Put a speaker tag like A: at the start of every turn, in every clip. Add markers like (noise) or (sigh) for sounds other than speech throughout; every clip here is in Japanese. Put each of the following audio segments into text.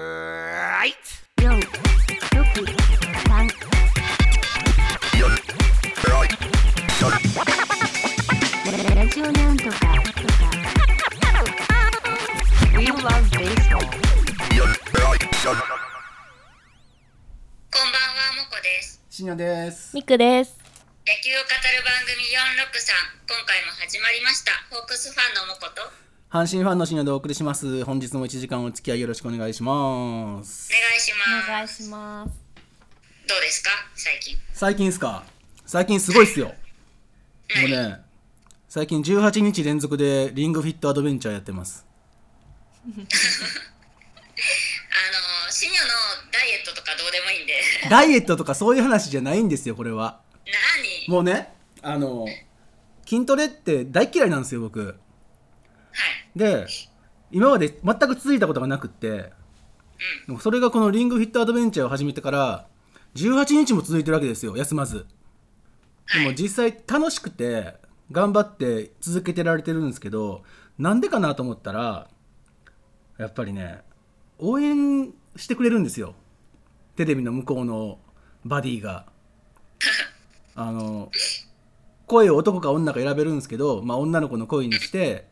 A: はい
B: 四、六、三、ラジオなんとかとか。We love baseball.
C: こんばんは、もこです。
A: しんやです
D: ミクです。
C: 野球を語る番組463、今回も始まりました。ホークスファンのもこと、お
A: 阪神ファンのしんやでお送りします本日も1時間お付き合いよろしくお願いします
C: 願いし
D: お願
C: ま
D: い
C: す。
D: します。
C: どうですか、最近。
A: 最近っすか最近すごいっすよもう
C: 何
A: ね最近18日連続でリングフィットアドベンチャーやってます
C: あの、シニョのダイエットとかどうでもいいんで。 (laughs)
A: ダイエットとかそういう話じゃないんですよこれは
C: 何
A: もうねあの筋トレって大嫌いなんですよ僕
C: はい。
A: で今まで全く続いたことがなくってでもそれがこのリングフィットアドベンチャーを始めてから18日も続いてるわけですよ休まずで
C: は
A: も
C: い。
A: 実際楽しくて頑張って続けてられてるんですけどなんでかなと思ったらやっぱりね応援してくれるんですよテレビの向こうのバディ
C: (laughs)
A: があの声を男か女か選べるんですけど、まあ、女の子の声にして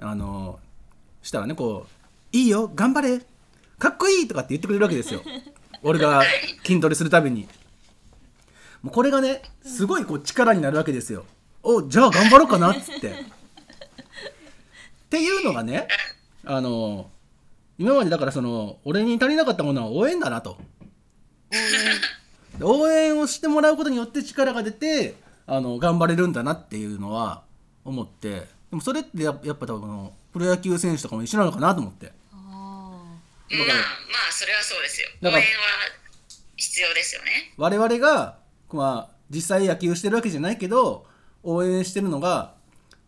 A: あのしたらねこう「いいよ頑張れかっこいい!」とかって言ってくれるわけですよ俺が筋トレするたびにもうこれがねすごいこう力になるわけですよおじゃあ頑張ろうかなっつってっていうのがねあの今までだからその俺に足りなかったものは応援だなと応援をしてもらうことによって力が出てあの頑張れるんだなっていうのは思ってでもそれってややっぱ多分あのプロ野球選手とかも一緒なのかなと思って
D: あ
A: だか
C: ま
A: ら
C: あ、まあ、それはそうですよ。
A: だ
C: 応
A: から
C: 援は必要ですよね。
A: 我々が、まあ、実際野球してるわけじゃないけど応援してるのが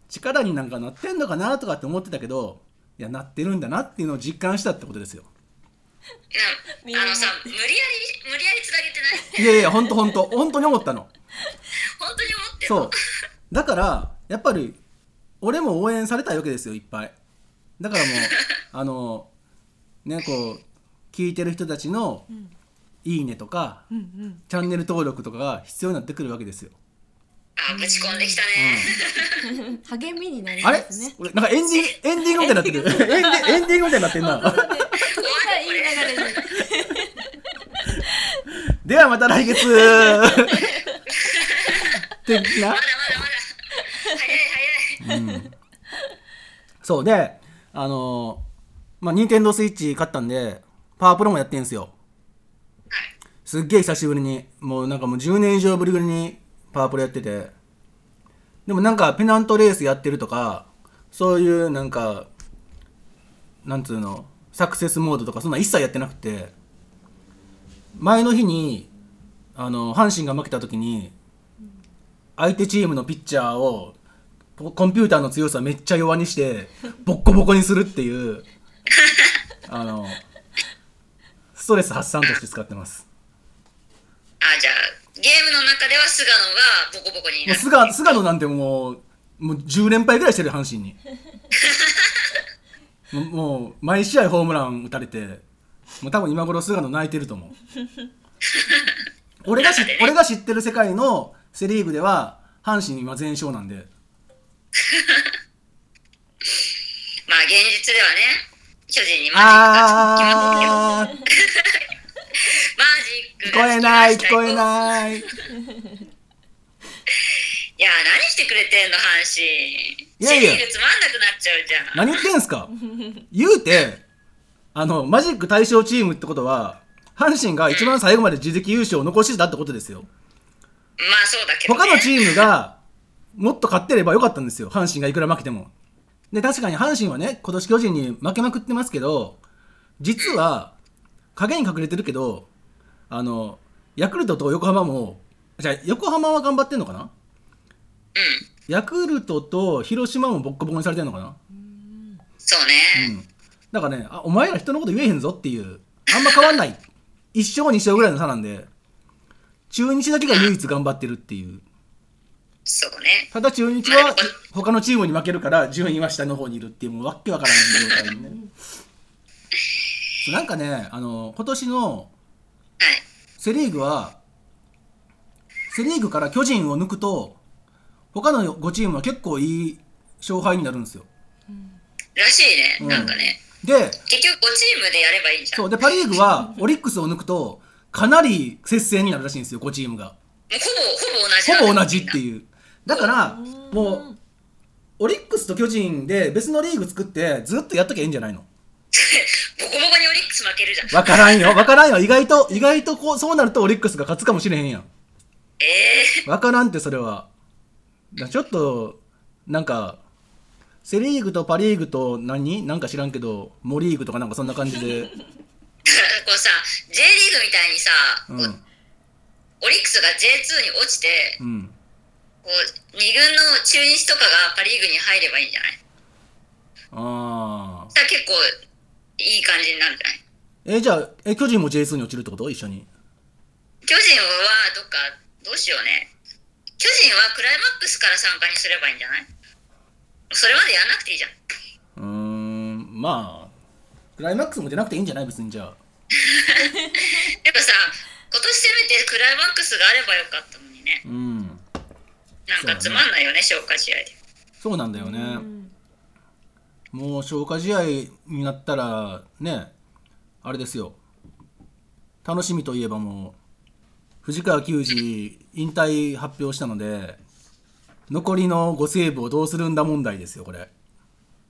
A: 力になんかなってんのかなとかって思ってたけどいやなってるんだなっていうのを実感したってことですよ
D: みん
C: な
D: な
C: あのさ、無理やり、無理やりつなげて
D: (laughs)
C: ない。
A: いやいや本当本当本当に思ったの
C: 本当に思ってる
A: そうだからやっぱり俺も応援されたいわけですよいっぱいだ (laughs) からもうあのねこう聞いてる人たちの「いいね」と
D: あ。
A: か、
D: うんうん。
A: チャンネル登録とかが必要になってくるわけですよ、
C: あ、ぶち込んできた
A: うん
C: ね。
D: 励みになり
A: あ
D: ま
A: れ
D: すね。
A: 俺なんかエンディン (laughs) グ、エンディングみたいになってる。エンディングエンディングみたいになってんな。
C: 終
A: (laughs)
C: わ
D: あ
C: るこれ。
D: いい流れで。
A: ではまた来 (laughs) 月ってな
C: ま。だまだまだ。 (laughs) 早い早い。
A: そうで、あのー、まあ、任天堂スイッチ買ったんで、パワープロもやってんすよ。
C: はい。
A: すっげえ久しぶりに、もうなんかもう10年以上ぶりぐりにパワープロやってて。でもなんかペナントレースやってるとか、そういうなんか、なんつうの、サクセスモードとかそんなん一切やってなくて、前の日に、あの、阪神が負けた時に、相手チームのピッチャーを、ココンピューターの強さめっちゃ弱にして、ボッコボコにするっていう、あの、ストレス発散として使ってます。
C: あじゃあゲームの中では菅野がボコボコに
A: も
C: な
A: う
C: る
A: 菅菅野なんてもうもう10連敗ぐらいしてる阪神にもうもう毎試合ホームラン打たれてもう多分今頃菅野泣いてると思う俺がし俺が知ってる世界のセ・リーグでは阪神今全勝なんで
C: まあ現実ではね巨人にマ
A: あー
C: ジックが
A: 聞
C: つ
A: こえ
C: き
A: な
C: ま
A: い
C: し
A: 聞
C: たよ
A: こえない
C: いや何してくれてんの阪神
A: いやい
C: セ・
A: や
C: リーグつまんなくなっちゃうじゃん
A: 何言ってんすか言うてあのマジック対象チームってことは阪神が一番最後まで自力優勝を残してたってことですよ
C: まあそうだけど、ね、
A: 他のチームがもっと勝ってればよかったんですよ阪神がいくら負けてもで確かに阪神はね今年巨人に負けまくってますけど実は影に隠れてるけどあのヤクルトと横浜もじゃあ横浜は頑張ってんのかな
C: うん
A: ヤクルトと広島もボッコボコにされてんのかな
C: そう
A: う
C: ね、
A: んだからねあお前ら人のこと言えへんぞっていうあんま変わんない1勝2勝ぐらいの差なんで中日だけが唯一頑張ってるっていう
C: そうね
A: ただ中日は他のチームに負けるから順位は下の方にいるっていうもうわっけわからない状態にねそうなんかねあの今年の
C: はい。
A: セ・リーグはセ・リーグから巨人を抜くと他の5チームは結構いい勝敗になるんですよ。
C: らしいね。
A: うん
C: なんかね。
A: で
C: 結局5チームでやればいいじゃん。
A: そう
C: もう
A: でパ・リーグはオリックスを抜くとかなり接戦になるらしいんですよ5チームが。
C: ほぼ、ほぼ同じだね。
A: ほぼ同じって
C: う。
A: いう。だからもうオリックスと巨人で別のリーグ作ってずっとやっときゃいいんじゃないの
C: ボコボコにオリックス負けるじゃん。
A: わからんよわからんよ意外と意外とこうそうなるとオリックスが勝つかもしれへんやん。
C: ええ
A: わからんってそれはだちょっとなんかセ・リーグとパ・リーグと何なんか知らんけどモリーグとかなんかそんな感じで
C: だからこうさ、J リーグみたいにさ、
A: うん
C: オリックスが J2 に落ちて、
A: うん
C: こう、2軍の中日とかがパリーグに入ればいいんじゃない
A: ああ
C: だから結構、いい感じになるんじゃない
A: えじゃあえ巨人も J2 に落ちるってこと一緒に
C: 巨人はどっかどうしようね巨人はクライマックスから参加にすればいいんじゃないそれまでやんなくていいじゃん (laughs)
A: うーんまあクライマックスも出なくていいんじゃない別にじゃあ
C: やっぱさ今年せめてクライマックスがあればよかったのにね
A: うん
C: なんかつまんないよね消化試合で
A: そうなんだよねもう消化試合になったらねあれですよ楽しみといえばもう藤川球児引退発表したので残りの5セーブをどうするんだ問題ですよこれ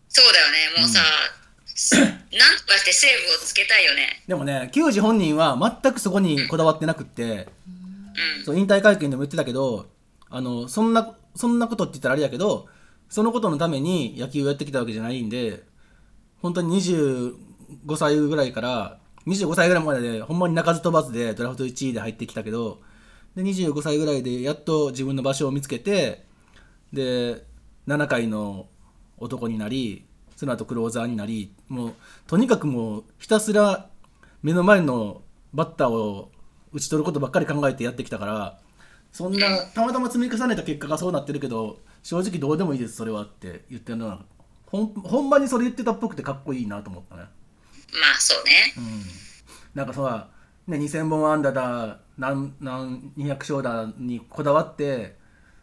C: そうだよねもうさ、 (coughs) なんとかしてセーブをつけたいよね
A: でもね球児本人は全くそこにこだわってなくって
C: うん
A: そう引退会見でも言ってたけどあのそんなそんなことって言ったらあれやけどそのことのために野球をやってきたわけじゃないんで本当に25歳ぐらいから25歳ぐらいまででほんまに鳴かず飛ばずでドラフト1位で入ってきたけどで25歳ぐらいでやっと自分の場所を見つけてで7回の男になりその後クローザーになりもうとにかくもうひたすら目の前のバッターを打ち取ることばっかり考えてやってきたからそんなたまたま積み重ねた結果がそうなってるけど正直どうでもいいですそれはって言ってるのはほんほんまにそれ言ってたっぽくてかっこいいなと思ったね。
C: まあそうね
A: うんなんかさ、ね、2000本安打だ何何200勝だにこだわって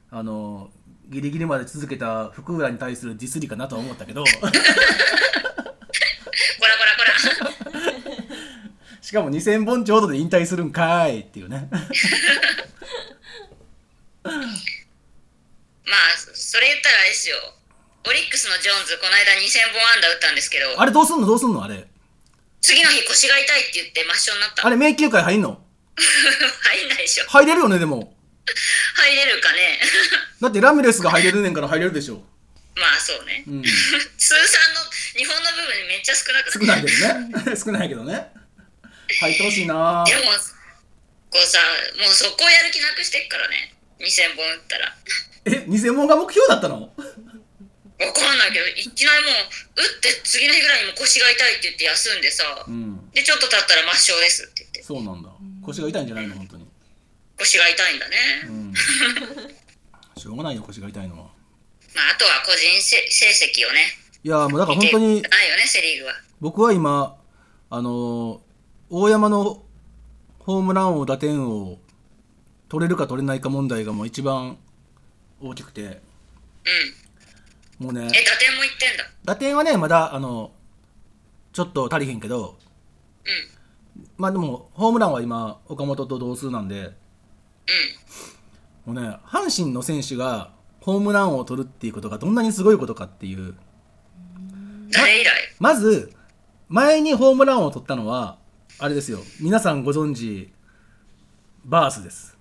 A: あのギリギリまで続けた福浦に対するディスりかなとは思ったけど (laughs)
C: こらこらこら (laughs)
A: しかも2000本ちょうどで引退するんかいっていうね (laughs)
C: まあそれ言ったらあれですよオリックスのジョーンズこの間2000本安打打ったんですけど
A: あれどうすんのどうすんのあれ
C: 次の日腰が痛いって言って抹消になった
A: あれ迷宮会入んの
C: (laughs) 入んないでしょ
A: 入れるよねでも
C: 入れるかね (laughs)
A: だってラミレスが入れるねんから入れるでしょ
C: まあそうね、
A: うん
C: 通算の日本の部分めっちゃ少なく
A: 少
C: な
A: ないいけどね (laughs) 少ないけどね入ってほしいな
C: (laughs) でもこうさもうそこをやる気なくしてっからね2000本打ったら
A: え2000本が目標だったの
C: わかんないけどいきなりもう打って次の日ぐらいにもう腰が痛いって言って休んでさ、
A: うん
C: でちょっと経ったら抹消ですって言って
A: そうなんだ腰が痛いんじゃないの本当に
C: 腰が痛いんだね、
A: うん、しょうがないよ腰が痛いのは
C: まああとは個人せ成績をね
A: いやーもうだから本当
C: 見
A: に
C: てないよねセ・リーグは
A: 僕は今あのー大山のホームラン王打点王取れるか取れないか問題がもう一番大きくて
C: うん
A: もうね
C: え打点もいってんだ
A: 打点はねまだあのちょっと足りへんけど
C: うん
A: まあでもホームランは今岡本と同数なんで
C: うん
A: もうね阪神の選手がホームラン王を取るっていうことがどんなにすごいことかっていう
C: 誰以来
A: まず、前にホームランを取ったのは、あれですよ。皆さんご存知、バースです。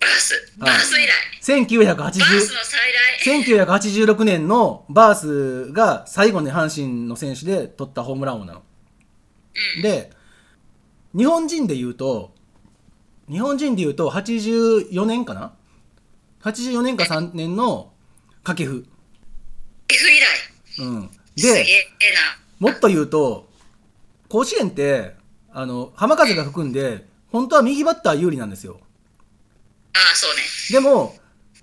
C: バースバ
A: はい
C: ース以来バース
A: 1980
C: の最大
A: 1986年のバースが最後に阪神の選手で取ったホームラン王なの。で、日本人で言うと、日本人で言うと84年かな ?84 年か3年の掛布。
C: F 以来
A: うん。で、
C: すげえな
A: もっと言うと、甲子園って、あの、浜風が吹くんで、本当は右バッター有利なんですよ。
C: ああそうね
A: でも、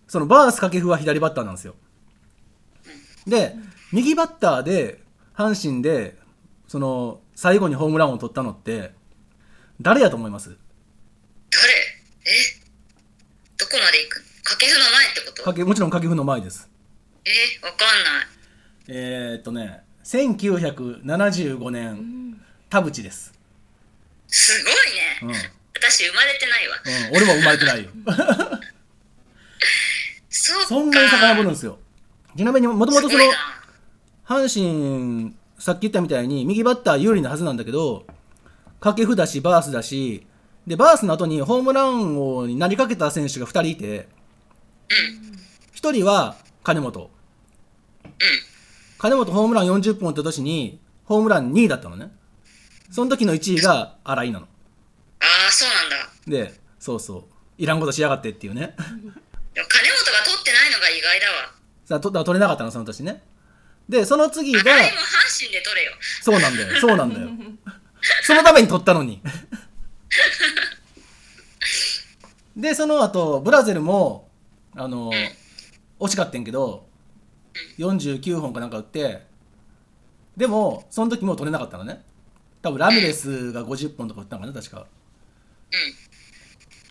A: そのバース掛布は左バッターなんですよ。で、右バッターで、阪神で、その、最後にホームランを取ったのって誰やと思います
C: 誰えどこまで行く掛布の前ってこと
A: かけもちろん掛布の前です
C: えわかんない
A: えー、っとね1975年田淵です、
C: すごいね、
A: うんうん、
C: 私生まれてないわ
A: 俺も生まれてないよ
C: そうか
A: そんなに遡るんですよちなみにもとも
C: す
A: と
C: ご
A: そ
C: い
A: の
C: な
A: 阪神さっき言ったみたいに右バッター有利なはずなんだけど掛布だしバースだしでバースの後にホームラン王になりかけた選手が2人いて
C: うん
A: 1人は金本金本ホームラン40本って年にホームラン2位だったのねその時の1位が新井なの
C: ああそうなんだ
A: でそうそういらんことしやがってっていうね
C: でも
A: (laughs)
C: 金本が取ってないのが意外だわ
A: さあとだから取れなかったのその年ねでその次が
C: あれも阪神で取れよ
A: そうなんだよそうなんだよそのために取ったのにでその後ブラゼルもあの惜しかったんけど49本かなんか打ってでもその時もう取れなかったのね多分ラミレスが50本とか打ったのかな確か
C: うん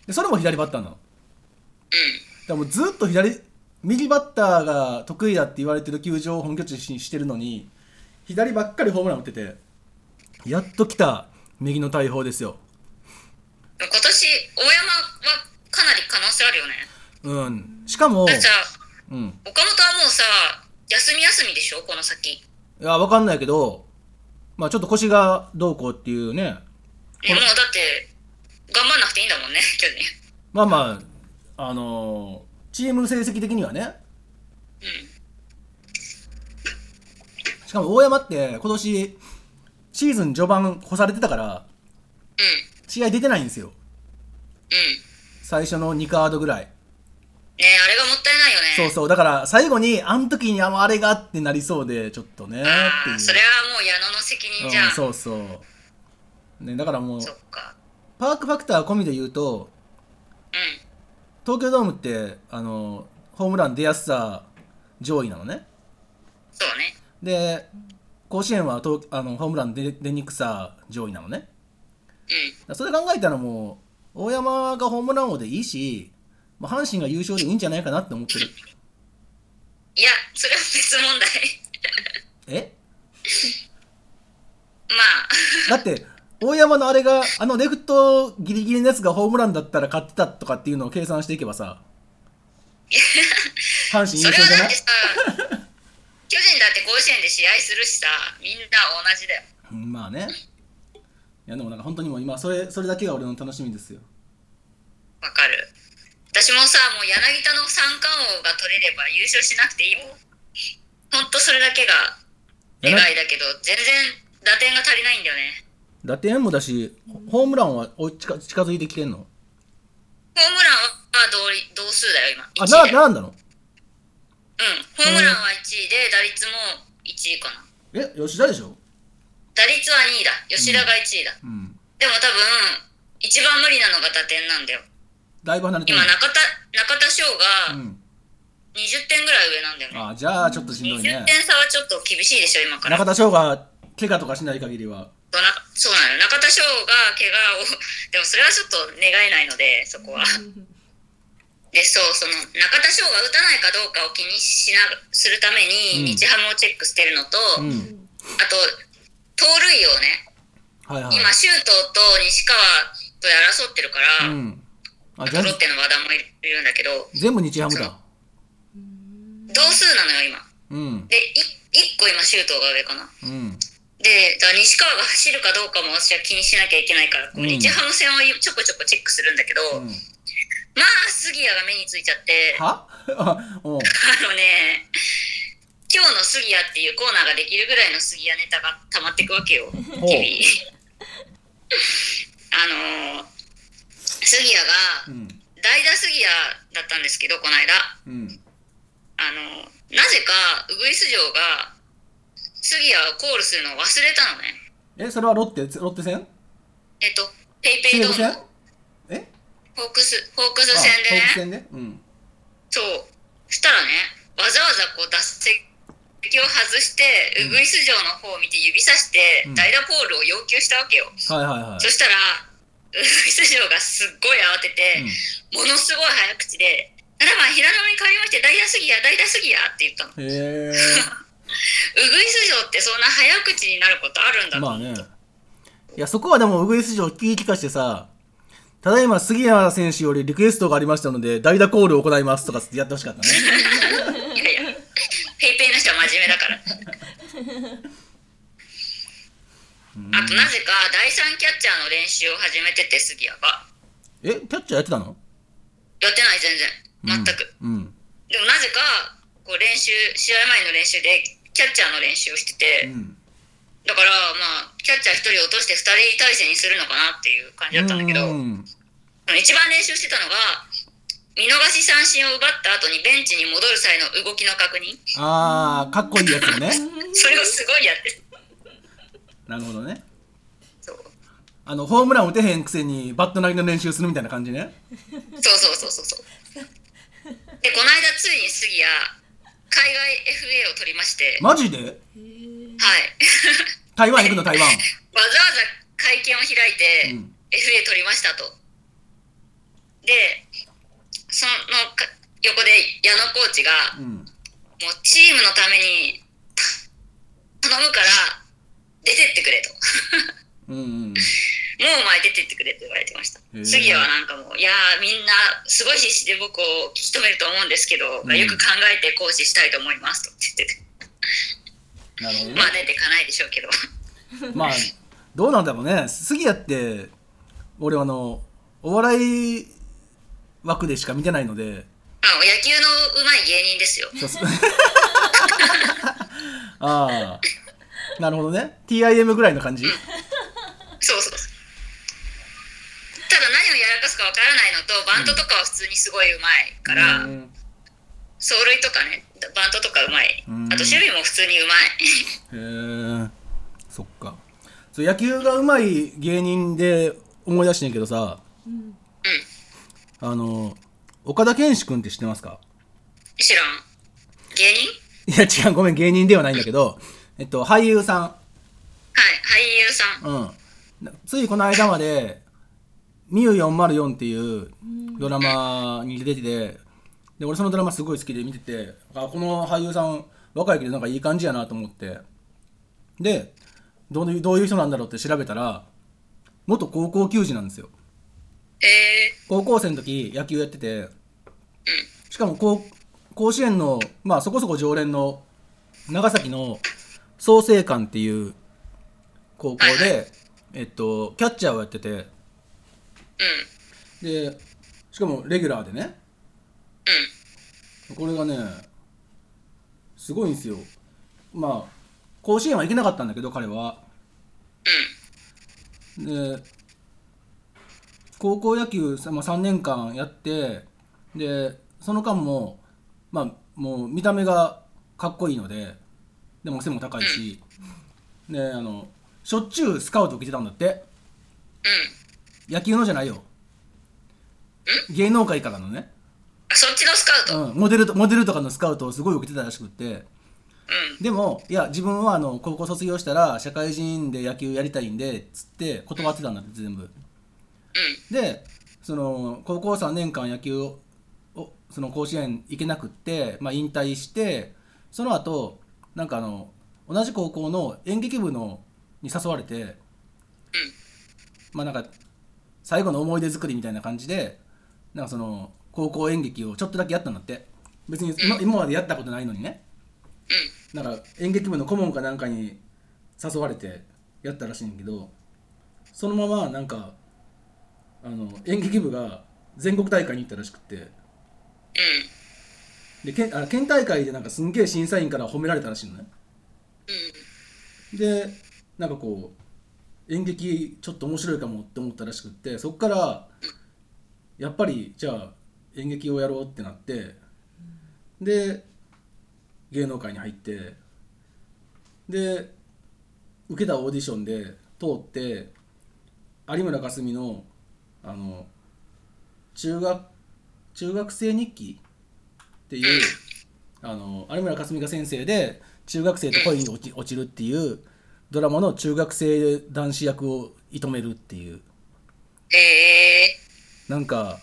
A: でそれも左バッターな
C: う
A: の
C: ん
A: でもうずっと左右バッターが得意だって言われてる球場を本拠地にしてるのに左ばっかりホームラン打っててやっと来た右の大砲ですよ
C: でも今年大山はかなり可能性あるよね
A: うんしかも
C: だってさ
A: う
C: 岡
A: ん
C: 本はもうさ休み休みでしょこの先
A: いや分かんないけどまあちょっと腰がどうこうっていう
C: ね
A: ね
C: もうだって頑張んなくていいんだもんね去年
A: まあまああのーチームの成績的にはねしかも大山って今年シーズン序盤干されてたから
C: う
A: 試合出てないんですよ
C: んうん
A: 最初の2カードぐらい
C: ねえあれがもったいないよね
A: そうそう、だから最後に、あの時にあのあれがってなりそうで、ちょっとね、ってい
C: あ
A: う。
C: あそれはもう矢野の責任じゃん、
A: うん、そうそう。ね、だからもう、
C: そっか
A: パークファクター込みで言うと、
C: うん
A: 東京ドームって、あの、ホームラン出やすさ上位なのね。
C: そうね
A: で、甲子園は東あのホームラン出出にくさ上位なのね。
C: うん
A: だからそれ考えたらもう、大山がホームラン王でいいし、まあ、阪神が優勝でいいんじゃないかなって思ってる。
C: いやそれは別問題 (laughs)
A: え
C: まあ
A: だって大山のあれがあのレフトギリギリのやつがホームランだったら勝ってたとかっていうのを計算していけ
C: (laughs)
A: ばさ阪神
C: そ
A: 優
C: れ
A: 勝じゃ
C: はだ
A: な
C: っ
A: い
C: てさ (laughs) 巨人だって甲子園で試合するしさみんな同じだよ
A: うんまあねいやでもなんか本当にもう今それそれだけが俺の楽しみですよ
C: わかる私もさもう柳田の三冠王が取れれば優勝しなくていいもんほんとそれだけが願いだけど全然打点が足りないんだよね
A: 打点もだしホームランはお近近づいてきてんの
C: ホームランは同り同数だよ今
A: あ
C: 1
A: な
C: 位だよ
A: なんだの
C: うんホームランは1位で打率も1位かな
A: え吉田でしょ
C: 打率は2位だ吉田が1位だ、
A: うん
C: でも多分一番無理なのが打点なんだよ
A: だいぶ離れて
C: 今
A: る
C: 中田中田翔
A: う
C: が
A: ん
C: 20点ぐらい上なんだよね、
A: あじゃあちょっとしんどい
C: 20
A: ね
C: 点差はちょっと厳しいでしょ今から
A: 中田翔が怪我とかしない限りは
C: そうなそうなのよ中田翔が怪我を (laughs) でもそれはちょっと願えないのでそこはでそうその中田翔が打たないかどうかを気にしなするために
A: うん
C: 日ハムをチェックしてるのと、
A: うん
C: あと盗塁をね
A: はいはい
C: 今周東と西川とで争ってるから、
A: うんあ
C: あ
A: じ
C: と
A: ゃあ
C: ロッテの和田もいるんだけど
A: 全部日ハムだ
C: 同数なのよ今
A: うん
C: で1個今周東が上かな
A: うん
C: でだから西川が走るかどうかも私は気にしなきゃいけないから、こう
A: うん
C: 日ハム戦をちょこちょこチェックするんだけど、
A: うん
C: まあ杉谷が目についちゃってあ
A: は (laughs) うん
C: のね今日の杉谷っていうコーナーができるぐらいの杉谷ネタが溜まってくわけよ日々 (laughs) あのー杉谷
A: う
C: が
A: ん
C: 代打杉谷だったんですけどこの間
A: うん
C: あのーなぜかウグイス嬢が杉谷をコールするのを忘れたのね
A: えそれはロッテロッテ戦
C: えっとペイペイ
A: 西
C: ドー
A: 武
C: ム
A: 戦え
C: ホークスホークス
A: あ
C: 戦でね
A: ホークス戦でうん
C: そうしたらねわざわざこう脱席敵を外して、ウグイス城の方を見て指さして、
A: うん
C: ダイダポールを要求したわけよ。
A: はいはいはい
C: そしたら、ウグイス城がすっごい慌てて、ものすごい早口で、7番平野に変わりまして、ダイダすぎや、ダイダすぎやって言ったの。ウ
A: うん、
C: グイ
A: へ
C: ス城ってそんな早口になることあるんだ
A: え
C: と
A: まあ
C: 思
A: ね
C: って。
A: いやそこはでもウグイス城聞き聞かしてさただいま杉山選手よりリクエストがありましたので代打コールを行いますとかってやってほしかった
C: (laughs)
A: ね
C: いやいや、ペイペイの人は真面目だから。あとなぜか第3キャッチャーの練習を始めてて杉谷が
A: えキャッチャーやってたの
C: やってない全然全く、
A: うん
C: でもなぜかこう練習試合前の練習でキャッチャーの練習をして
A: う
C: て、
A: ん
C: だからまあキャッチャー1人落として2人体制にするのかなっていう感じだったんだけど、
A: うん
C: 一番練習してたのが見逃し三振を奪った後にベンチに戻る際の動きの確認
A: ああかっこいいやつよね
C: それをすごいやってる
A: なるほどね
C: そう
A: あのホームラン打てへんくせにバット投げの練習するみたいな感じね
C: そうそうそうそうそう。で、この間ついに杉谷、海外 FA を取りまして、
A: マジで
C: はい。
A: 台湾行くの台湾
C: わざわざ会見を開いて、
A: うん
C: FA 取りましたと。で、そのか横で矢野コーチが、
A: うん
C: もうチームのためにた頼むから出てってくれと。
A: うんうん
C: もうお前出てってくれって言われてました
A: へ。ー
C: 杉谷はなんかもう、いやーみんなすごい必死で僕を引き止めると思うんですけど、
A: うん
C: よく考えて行使したいと思いますとって言ってて、
A: なるほどね
C: まあ出てかないでしょうけど。
A: まあどうなんだろうね杉谷って俺はあのお笑い枠でしか見てない
C: (laughs)
A: ので
C: あ野球の上手い芸人です
A: (laughs)
C: よ。
A: そうああなるほどね TIM ぐらいの感じ
C: そうそうそう。ただ何をやらかすかわからないのと、バントとかは普通にすごい上手いから、
A: うん
C: 走塁とかね、バントとか上手い。
A: うん
C: あと守備も普通に上手い。 (laughs)
A: へえそっかそう野球がうまい芸人で思い出してんけどさ、あの岡田健志君って知ってますか (laughs)
C: 知らん。芸人
A: いや違うごめん芸人ではないんだけどえっと俳優さん
C: はい、俳優さん。
A: うん、ついこの間まで「ミュ404」っていうドラマに出ててで俺そのドラマすごい好きで見ててあこの俳優さん若いけどなんかいい感じやなと思ってでどういうどういう人なんだろうって調べたら元高校球児なんですよ
C: え
A: 高校生の時野球やっててしかもこう甲子園のまあそこそこ常連の長崎の創成館っていう高校で、えっと、キャッチャーをやってて
C: ー、うん、
A: でしかもレギュラーでね
C: うん。
A: これがねすごいんですよまあ甲子園は行けなかったんだけど彼はで高校野球、さまあ、3年間やってでその間もまあもう見た目がかっこいいのででも背も高いしであのしょっちゅうスカウト受けてたんだって
C: うん。
A: 野球のじゃないよ芸能界からのね、
C: あそっちのスカウト。うん。
A: うん、モデルとモデルとかのスカウトをすごい受けてたらしくって
C: うん。
A: でもいや自分はあの高校卒業したら社会人で野球やりたいんでつって断ってたんだって全部。でその高校3年間野球ををその甲子園行けなくって、まあ、引退してその後なんかあの同じ高校の演劇部のに誘われて、まあなんか最後の思い出作りみたいな感じでなんかその高校演劇をちょっとだけやったんだって別に今今までやったことないのにねなんか演劇部の顧問かなんかに誘われてやったらしいんだけどそのままなんかあの演劇部が全国大会に行ったらしくって
C: うん。
A: で県あ県大会でなんかすんげえ審査員から褒められたらしいのね
C: うん。
A: でなんかこう演劇ちょっと面白いかもって思ったらしくってそっからやっぱりじゃあ演劇をやろうってなってで芸能界に入ってで受けたオーディションで通って有村架純のあの中学中学生日記っていうあの有村架純が先生で中学生と恋に落ち落ちるっていうドラマの中学生男子役を射止めるっていう
C: へえ
A: なんか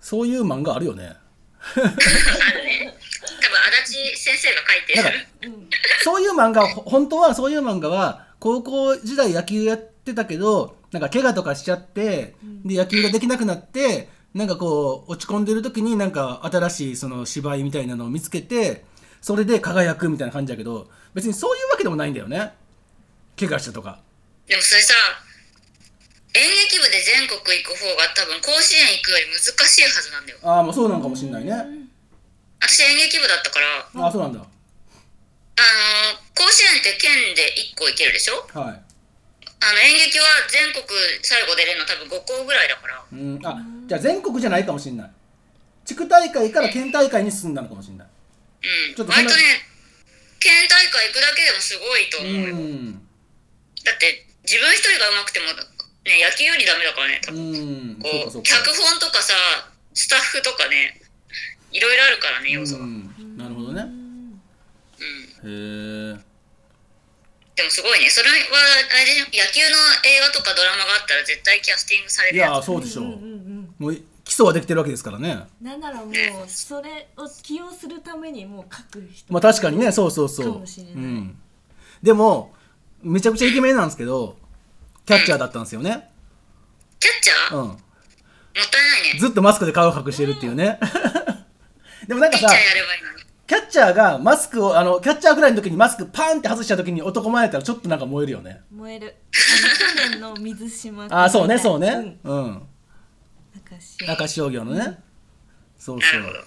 A: そういう漫画あるよね
C: あるね多分足立先生が書いて
A: な
C: る
A: んかそういう漫画ほ本当はそういう漫画は高校時代野球やってたけどなんか怪我とかしちゃってで野球ができなくなってなんかこう落ち込んでる時になんか新しいその芝居みたいなのを見つけてそれで輝くみたいな感じだけど別にそういうわけでもないんだよね怪我したとか
C: でもそれさ演劇部で全国行く方が多分甲子園行くより難しいはずなんだよ
A: ああまあそうなのかもしれないね
C: 私演劇部だったからあ
A: ああそうなんだ
C: のー甲子園って県で1個行けるでしょ
A: はい
C: あの演劇は全国最後出れるの多分5校ぐらいだから
A: うんあじゃあ全国じゃないかもしれない地区大会から県大会に進んだのかもしれない
C: うん
A: ちょっとそ
C: 割
A: んな
C: とね県大会行くだけでもすごいと思うよ、
A: うん
C: だって自分一人が上手くても、ね、野球よりダメだからね多
A: う
C: 分、
A: ん
C: こ
A: そうか
C: う
A: そうか
C: 脚本とかさスタッフとかねいろいろあるからね要素が、うん
A: うん、なるほどねへえ
C: でもすごいねそれはあれでしょ野球の映画とかドラマがあったら絶対キャスティングされ
A: い
C: るや
A: やー
C: つ
A: そうでしょう,、
E: うんうん
A: もう基礎はできてるわけですからね
E: うん、なんならもうそれを起用するためにもう書く人
A: まあ確かにねそうそうそう
E: かもしれない
A: うん、でもめちゃくちゃイケメンなんですけどキャッチャーだったんですよね、
C: キャッチャー、
A: うん、
C: もったいないね
A: ずっとマスクで顔隠してるっていうねでもなん
C: ピ
A: か
C: ッチャ
A: さ
C: ーやればいいのに
A: キャッチャーがマスクをあのキャッチャーぐらいの時にマスクパーンって外した時に男前やったらちょっとなんか燃えるよね
E: 燃えるあの去年の水島君
A: ああそうねそう
E: う
A: ね
E: ん
A: うん
E: 明石
A: 明石商業のねそう
C: な
A: そ
C: るほ
A: う
C: ど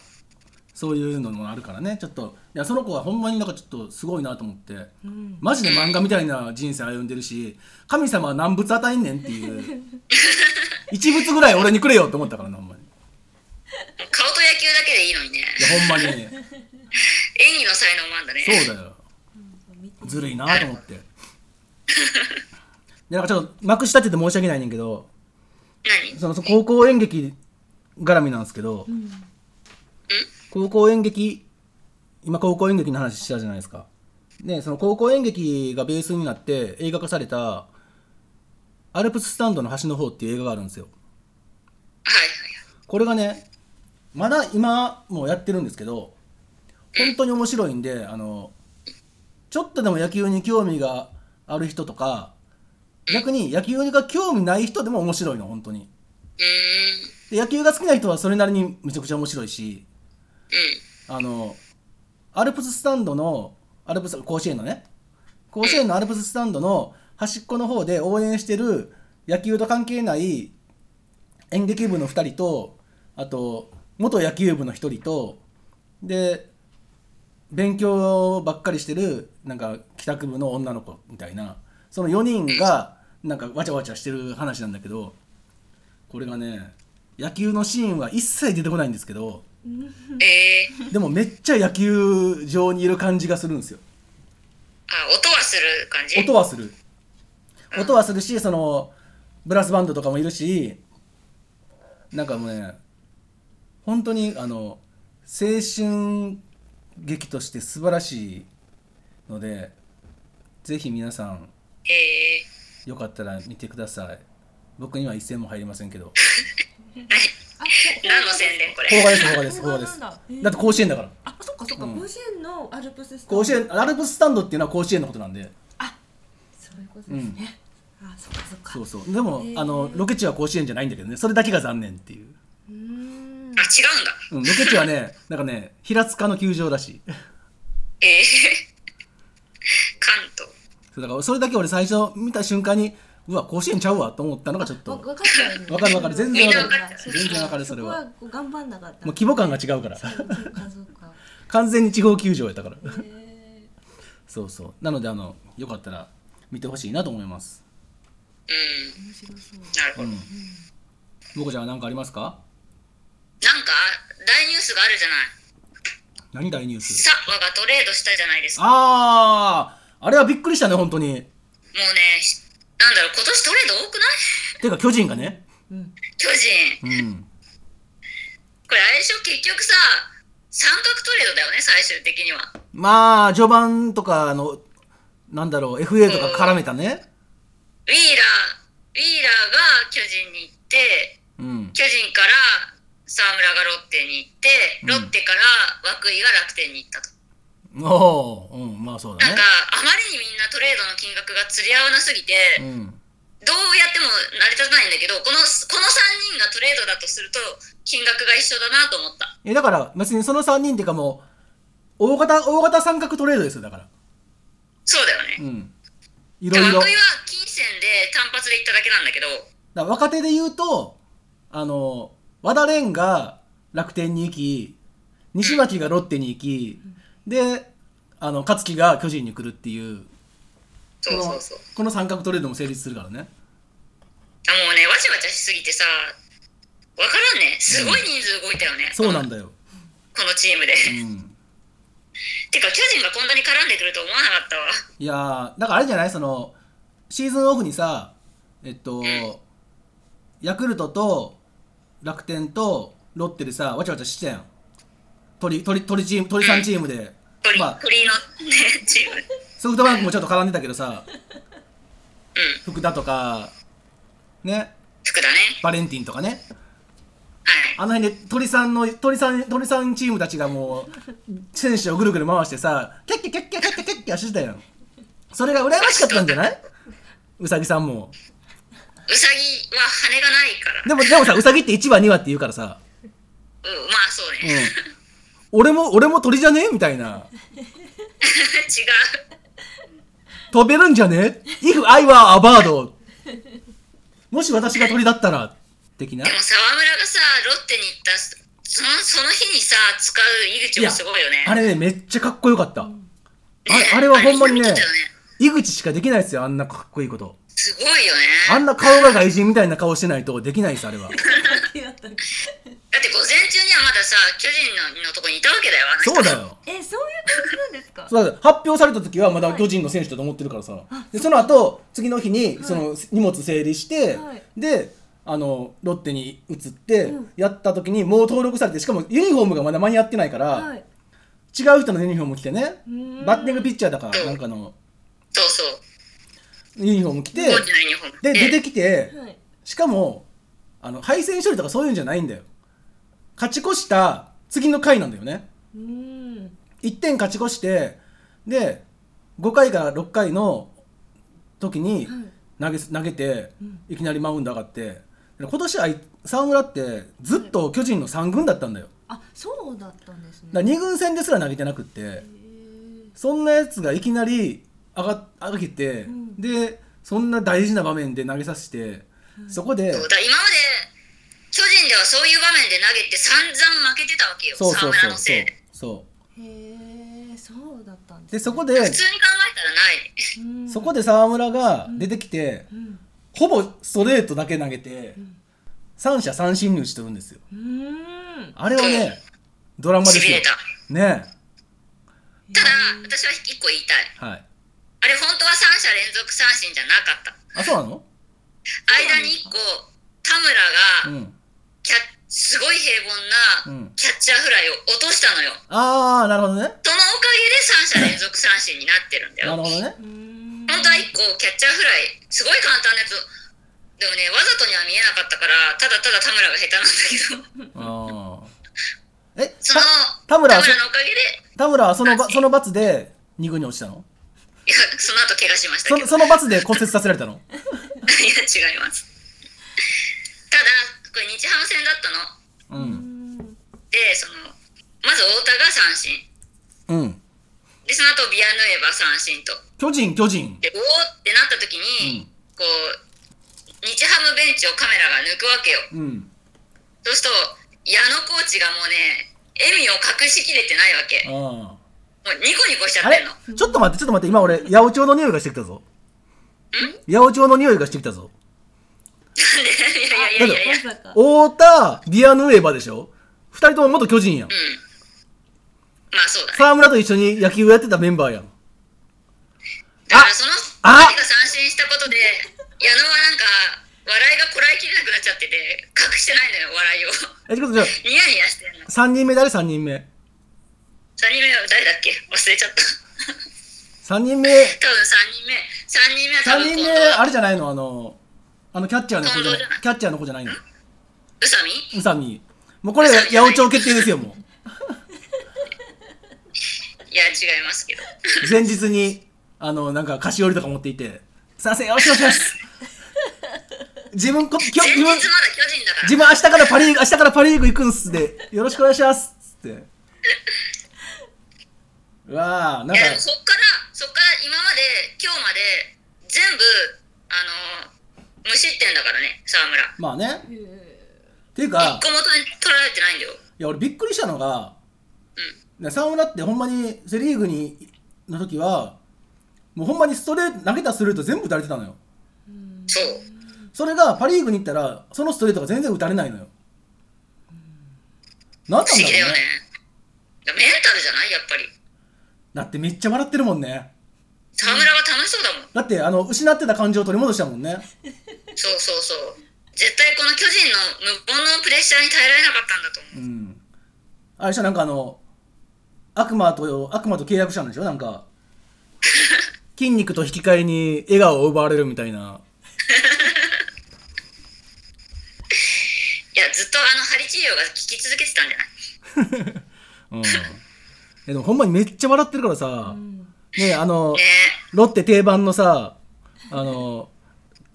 A: そういうのもあるからねちょっといやその子はほんまになんかちょっとすごいなと思って、
E: ん
A: マジで漫画みたいな人生歩んでるし神様は何物与えんねんっていう一物ぐらい俺にくれよって思ったからなほんまにい
C: 顔と野球だけでいいのにね
A: やほんまに
C: 演技の才能もあんだね
A: そうだよずるいなと思ってでなんかちょっとまくし立てて申し訳ないねんけど
C: 何
A: そのその高校演劇絡みなんですけど、高校演劇今高校演劇の話したじゃないですかねその高校演劇がベースになって映画化された「アルプススタンドの端の方」っていう映画があるんですよ
C: はい
A: これがねまだ今もやってるんですけど本当に面白いんであのちょっとでも野球に興味がある人とか逆に野球が興味ない人でも面白いの本当に
C: はいはいうーん
A: で野球が好きな人はそれなりにめちゃくちゃ面白いし
C: うん
A: あのアルプススタンドのアルプス甲子園のね甲子園のアルプススタンドの端っこの方で応援してる野球と関係ない演劇部の2人とあと元野球部の1人とで勉強ばっかりしてるなんか帰宅部の女の子みたいなその4人がなんかわちゃわちゃしてる話なんだけどこれがね野球のシーンは一切出てこないんですけど。
C: えー、
A: でもめっちゃ野球場にいる感じがするんですよ
C: あ音はする感じ
A: 音はする音はするしそのブラスバンドとかもいるしなんかもうね本当にあの青春劇として素晴らしいのでぜひ皆さん
C: え
A: よかったら見てください僕には一銭も入りませんけど
E: あ
C: ー、何の宣伝これ
A: 邦画です邦画です邦画で
E: 邦
A: す
E: 画なん
A: だ
E: だへえ
A: って甲子園だから
E: あそっかそっか、
A: うん
E: 甲子園のアルプススタンド
A: 甲子園アルプススタンドっていうのは甲子園のことなんで
E: そういうことですね、あそっかそっか
A: そうそうでも、あのロケ地は甲子園じゃないんだけどねそれだけが残念っていう、
E: うーん
C: あ違うんだ
A: うん、ロケ地はね (laughs) なんかね平塚の球場らしい
C: えー、 (laughs) 関東
A: そうだからそれだけ俺最初見た瞬間にうわ甲子園ちゃうわと思ったのがちょっと
E: わ
A: も
E: 分かっちゃうね
A: わかるわかる全然
C: わかるみんなわか
A: る全然わかるそれは
E: ここ頑張んなかった
A: う規模感が違
E: (laughs)
A: うから
E: そうかそう
A: (laughs)
E: か
A: 完全に地方球場やったから
E: へ
A: そうそうなのであのよかったら見てほしいなと思います
C: う
E: ー面白そうん
C: なるほ
A: う
C: ど、
A: んもこちゃんは何かありますか
C: なんか大ニュースがあるじゃない
A: 何大ニュース
C: サッワがトレードしたじゃないですかも
A: あああれはびっくりしたね本当に
C: うねしなんだろう今年トレード多くない (laughs)
A: ていうか巨人がね
C: 巨人
A: うん
C: これあれでしょ結局さ三角トレードだよね、最終的には。
A: まあ、序盤とかの、なんだろう、FA とか絡めたね。
C: ウィーラー、ウィーラーが巨人に行って、
A: うん。
C: 巨人から沢村がロッテに行って、
A: うん
C: ロッテから涌井が楽天に行ったと。
A: おお、うん、まあそうだ
C: なん
A: ね
C: か。、あまりにみんなトレードの金額が釣り合わなすぎて、
A: うん。
C: どうやっても成り立たないんだけど、この、この3人がトレードだとすると、金額が一緒だなと思った。
A: え、だから、別にその3人っていうかもう、大型、大型三角トレードですよ、だから。
C: そうだよね
A: う。ん。い
C: 涌
A: ろいろ。
C: 井は金銭で単発で行っただけなんだけど、
A: だから若手で言うと、あの、和田蓮が楽天に行き、西脇がロッテに行き、で、あの、勝木が巨人に来るっていう、
C: そうそうそう。
A: この三角トレードも成立するからね。
C: あもうねわちゃわちゃしすぎてさわからんねすごい人数動いたよね、
A: そうなんだよ。
C: このチームで、
A: うん。
C: てか巨人がこんなに絡んでくると思わなかったわ
A: いやー、だからあれじゃないその、シーズンオフにさ、えっと、ヤクルトと楽天とロッテでさ、わちゃわちゃしてたやん。鳥、鳥、鳥チーム、鳥さんチームで。
C: 鳥,、
A: まあ、
C: 鳥の、ね、チーム
A: ソフトバンクもちょっと絡んでたけどさ、
C: うん
A: 福田とか、ね、
C: 福田ね
A: バレンティンとかね。
C: はい
A: あの辺で鳥さんの、鳥さん、鳥さんチームたちがもう、選手をぐるぐる回してさ、キャッキャキャッキャキャッキャキャッキャしてたやん。それが羨ましかったんじゃないうさぎさんも。
C: うさぎは羽がないから
A: でも、でもさ、うさぎって1話2話って言うからさ、
C: うんまあそう (laughs)
A: う
C: ね、
A: ん。俺も、俺も鳥じゃねえみたいな。
C: 違う
A: 飛べるんじゃね ?If I were a bird. もし私が鳥だったら、的な
C: で。も沢村がさロッテに行ったそのその日にさ使う井口もすごいよね
A: あれね、めっちゃかっこよかった。あ
C: ね
A: れあれはほんまにね
C: あれ見たよ
A: 井口しかできないですよ、あんなかっこいいこと。
C: すごいよ
A: あ
C: ね
A: んな顔が外人みたいな顔してないとできないです、あれは。
C: だって午前中にはまださ巨人ののとこにいたわけだよあの人
A: そうだよ。
E: えそういう感じなんですか
A: そうだよ発表された時はまだ巨人の選手だと思ってるからさ。で、その後、次の日にその荷物整理して、
E: はい
A: で、あの、ロッテに移って、やった時にもう登録されて、しかもユニフォームがまだ間に合ってないから、
E: はい
A: 違う人のユニフォーム着てね、バッティングピッチャーだから、なんかの
C: そうそう
A: ユニフォーム着て、
C: コーチのユニフォーム
A: で、
C: ね
A: 出てきて、
E: はい
A: しかも、あの、敗戦処理とかそういうんじゃないんだよ。勝ち越した次の回なんだよね。
E: うーん
A: 1点勝ち越して、で、5回から6回の時に投げす、投げて、いきなりマウンド上がって、で今年は沢村ってずっと巨人の3軍だったんだよ。
E: あそうだったんですね
A: だ2軍戦ですら投げてなくって、そんなやつがいきなり上が上げて、で、そんな大事な場面で投げさせて、そこで、
C: そうだ今まで巨人ではそういう場面で投げて散々負けてたわけよ
A: そうそ
C: 沢
A: うそ
C: 村
A: う
C: の
A: そ
C: せいうで
A: そ
E: へえそうだったん
A: う
E: です
A: でそこで
C: 普通に考えたらない
E: うん
A: そこで沢村が出てきて、
E: ん
A: ほぼストレートだけ投げて、三者三振に打ち取るんですよ
E: うーん
A: あれはねドラマです
C: 痺
A: よ
C: れた
A: ね
C: ただ私は一個言いたい
A: えはい
C: あれ本当は3者連続三振じゃなかった
A: あそうなの
C: 間に一個田村が
A: うん
C: キャすごい平凡
A: うん
C: なキャッチャーフライを落としたのよ
A: ああなるほどね
C: そのおかげで3者連続三振になってるんだ
A: な
C: よ
A: るほどね
E: うーん
C: 本当は1個キャッチャーフライすごい簡単なやつでもねわざとには見えなかったからただただ田村が下手なんだ
A: (laughs)
C: けど
A: あーえ
C: その
A: 田村は
C: 田村のおかげで
A: 田村はそのばその罰で二軍に落ちたの
C: いやその後怪我しました
A: そ
C: け
A: の
C: ど
A: その罰で骨折させられたの
C: いや違いますただこれ日ハム戦だったの
A: うん
C: でそのまず太田が三振
A: うん
C: でその後ビアヌエバ三振と
A: 巨人巨人
C: でおおってなった時に、
A: うん
C: こう日ハムベンチをカメラが抜くわけよ
A: うん
C: そうすると矢野コーチがもうね笑みを隠しきれてないわけ
A: ああ
C: もうニコニコしちゃ
A: あ
C: っ
A: れ
C: てんの
A: ちょっと待って、ちょっと待って、今俺、八百長の匂いがしてきたぞ。八百長の匂いがしてきたぞ。
C: なんでいやいやいやいやいや
E: まさか
A: 太田、ディアヌエバでしょ二人とも元巨人や
C: う。ん
A: ん
C: まあそうだね
A: 沢村と一緒に野球をやってたメンバーやん。
C: だからその
A: あ
C: 2人が三振したことで矢野はなんか笑いがこらえきれなくなっちゃってて隠してないのよ笑いを
A: え、ちょっとじゃあ、
C: ニヤニヤしてんの
A: 三人目誰三人目
C: 3人目は誰だっけ忘れちゃった。
A: 3人目
C: 多分3人目。3人目は多分
A: 3人
C: 今
A: 目
C: 度
A: あ
C: は
A: れじゃないのあのあのキャッチャーの子じゃない
C: 近藤じゃない
A: キャッチャーの子じゃないの
C: 宇佐美
A: 宇佐美もうこれ
C: 宇佐美
A: 八
C: じゃない
A: 百長決定ですよも
C: いや、違いますけど。
A: う前日にあのなんか菓子折りとか持っていて「すいませんよろしくお願いします」自分こ (laughs) 今
C: 前日
A: 日自
C: まだ
A: 分
C: 巨人だから。
A: 自分明日からパ・リーグ明日からパ・リーグ行くんすでよろしくお願いしますっつってうわあなん
C: い
A: か
C: やでもそっからそっから今まで今日まで全部あの無失点だからね沢村
A: まあねっていう
C: 一
A: か
C: 個も取られてないんだよ
A: いや俺びっくりしたのが、ね沢村ってほんまにセ・リーグにの時はもうほんまにストレート投げたストレート全部打たれてたのよ
C: そう
A: それがパ・リーグに行ったらそのストレートが全然打たれないのよ、な
C: 不
A: んなん
C: 思
A: だ
C: 議だよ
A: ろう
C: ね
A: ね
C: だからメンタルじゃないやっぱり
A: だってめっちゃ笑ってるもんね
C: 沢村が楽しそうだもん
A: だってあの失ってた感情を取り戻したもんね
C: そうそうそう絶対この巨人の無言のプレッシャーに耐えられなかったんだと思う
A: うんあれでしょなんかあの悪魔と悪魔と契約したんでしょなんか筋肉と引き換えに笑顔を奪われるみたいない
C: やずっとあのハリ治療が聞き続けてたんじゃない
A: うん、でもほんまにめっちゃ笑ってるからさ、ねあの
C: ね
A: ロッテ定番のさあの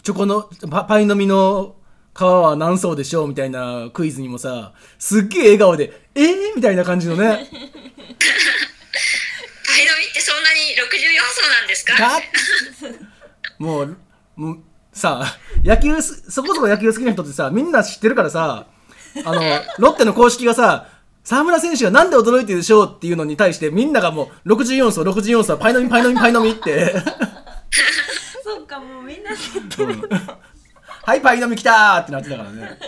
A: チョコのパパイの実の皮は何層でしょうみたいなクイズにもさすっげえ笑顔で「えー?」みたいな感じのね
C: パイの実ってそんなに64層なんですか
A: ガッ (laughs) もうもうさ野球すそこそこ野球好きな人ってさみんな知ってるからさあのロッテの公式がさ沢村選手がなんで驚いてるでしょうっていうのに対してみんながもう64層64層パイの実パイの実パイの実って。 (laughs)
E: そうかもうみんなで
A: うんはい、パイの実来たーってなってたからね。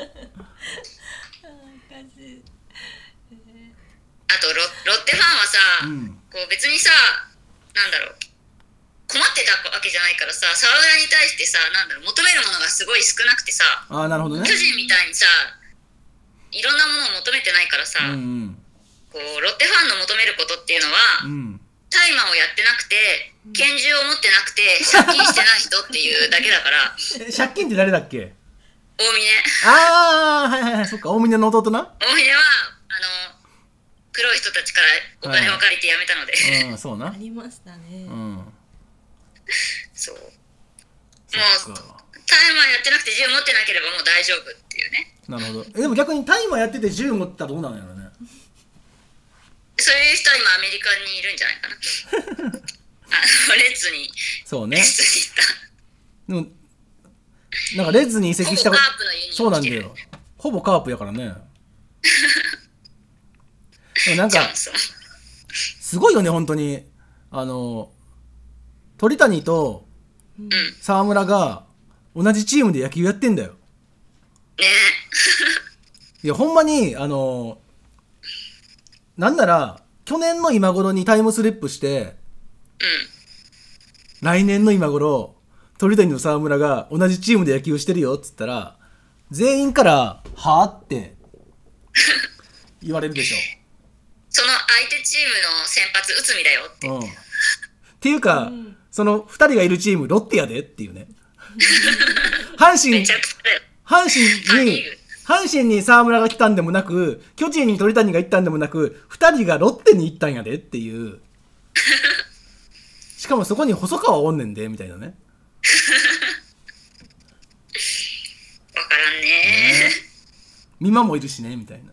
C: あとロロッテファンはさ、
A: うん
C: こう別にさなんだろう困ってたわけじゃないからさ沢村に対してさなんだろう求めるものがすごい少なくてさ
A: ああ、なるほどね
C: 巨。人みたいにさいろんなものを求めてないからさ、
A: うんうん。
C: こうロッテファンの求めることっていうの
A: う
C: は、
A: ん。
C: 大麻をやってなくて拳銃を持ってなくて借金してない人っていうだけだから
A: (laughs) え借金って誰だっけ
C: 大峰
A: ああ、はいはいはい、そっか、大峰の弟な。
C: 大峰はあの黒い人たちからお金を借りて辞めたので、
A: うん、そうな
E: あ。りましたね
A: うん。
C: そう
A: そっか。
C: タイマーやってなくて銃持ってなければもう大丈夫っていうね
A: なるほど。え、でも逆にタイマーやってて銃持ってたらどうなのやろね。
C: そういう人は今アメリカにいるんじゃないかな
A: (laughs)
C: あのレッツに
A: そう
C: レ
A: ね
C: ッ。ツに行った
A: でも、なんかレッズに移籍したこ
C: ほぼカープのユニフォーム
A: そうなんだよ。ほぼカープやか
C: (laughs)
A: らね。でもなん
C: ジ
A: か
C: ョン、ソン
A: すごいよね、本当に。あの、鳥谷と
C: うん
A: 沢村が同じチームで野球やってんだよ。
C: ね
A: いや、ほんまに、あの、なんなら、去年の今頃にタイムスリップして、
C: うん
A: 来年の今頃、鳥谷と沢村が同じチームで野球してるよっつったら、全員から、はぁって言われるでしょ。
C: その相手チームの先発内海だよって
A: うんっていうか、その2人がいるチームロッテやでっていうね阪神
C: めちゃくちゃだよ
A: 阪神に阪神に沢村が来たんでもなく巨人に鳥谷が行ったんでもなく2人がロッテに行ったんやでっていうしかもそこに細川おんねんでみたいなね
C: わからんね
A: 美馬もいるしねみたい
C: うんもう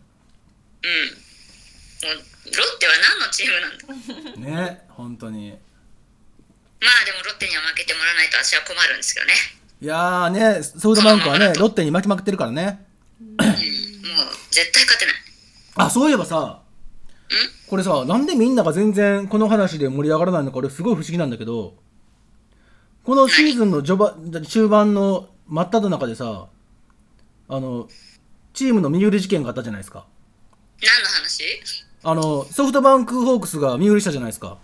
C: ロッテは何のチームなんだ
A: なね本当
C: ま
A: に
C: あでもロッテには負けてもらわないと私は困るんですけどね、
A: いやーねソフトバンクはねロッテに負けまくってるからね
C: もう絶対勝てない
A: あそういえばさこれさなんでみんなが全然この話で盛り上がらないのか俺すごい不思議なんだけどこのシーズンの序盤中盤の真っ只中でさあのチームの身売り事件があったじゃないですか
C: 何の話
A: あのソフトバンクホークスが身売りしたじゃないですか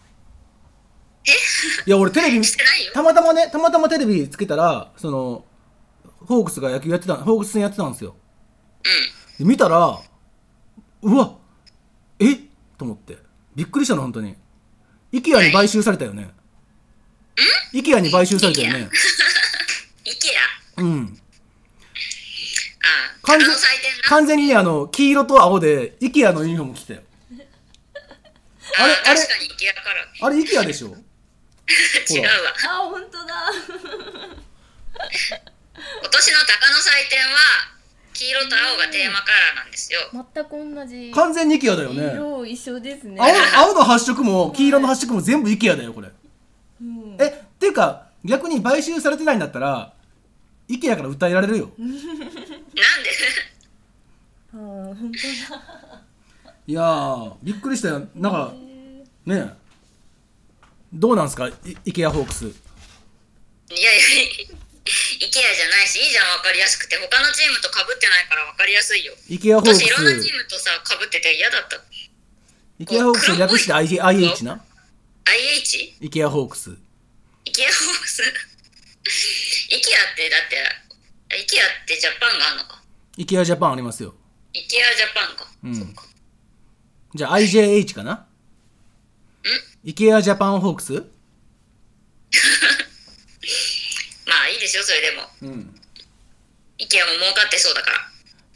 A: いや俺テレビ
C: してないよ
A: たまたまねたまたまテレビつけたらそのホークスが野球やってたホークス戦やってたんですよ
C: うん
A: で見たらうわえと思ってびっくりしたの本当に IKEA に買収されたよね IKEA に買収されたよね
C: イケア
A: うん
C: ああ、花
A: 完全
C: の祭典な。
A: 完全にねあの黄色と青で IKEA のユニフォーム着てたよあれあ
C: あ
A: れ
C: 確かにイケアから。
A: あれ IKEA でしょ
C: 違うわ。
E: あ本当だ
C: 今年の鷹の祭典は、黄色と青がテーマカラーなんですよ。
D: 全く同じ
A: 完全に IKEA だよね
D: 色一緒ですね
A: 青青の発色も黄色の発色も全部 IKEA だよこれ、
E: ん
A: えっていうか逆に買収されてないんだったら IKEA から訴えられるよ
C: なんで (laughs)
E: あー本当だ
A: いやーびっくりしたよなんかねえどうなんすかい IKEA ホークス
C: いやいや、イケアじゃないし、いいじゃん、わかりやすくて。他のチームと被ってないからわかりやすいよ。
A: IKEA ホ
C: 今
A: ーク
C: 年いろんなチ
A: ス
C: ームとさ、被ってて嫌だった。
A: IKEA ホークスを略して I- IH な
C: IH?
A: IKEA ホークス
C: イケアホークス。 (laughs) イケアって、だって、イケアってジャパンがあるのか。
A: IKEA ジャパンありますよ
C: イケアジャパンか。
A: うんじゃあ IJH かな IKEA ジャパンホークス
C: まあいいですよ、それでも。
A: うん
C: イケアも儲かってそうだから。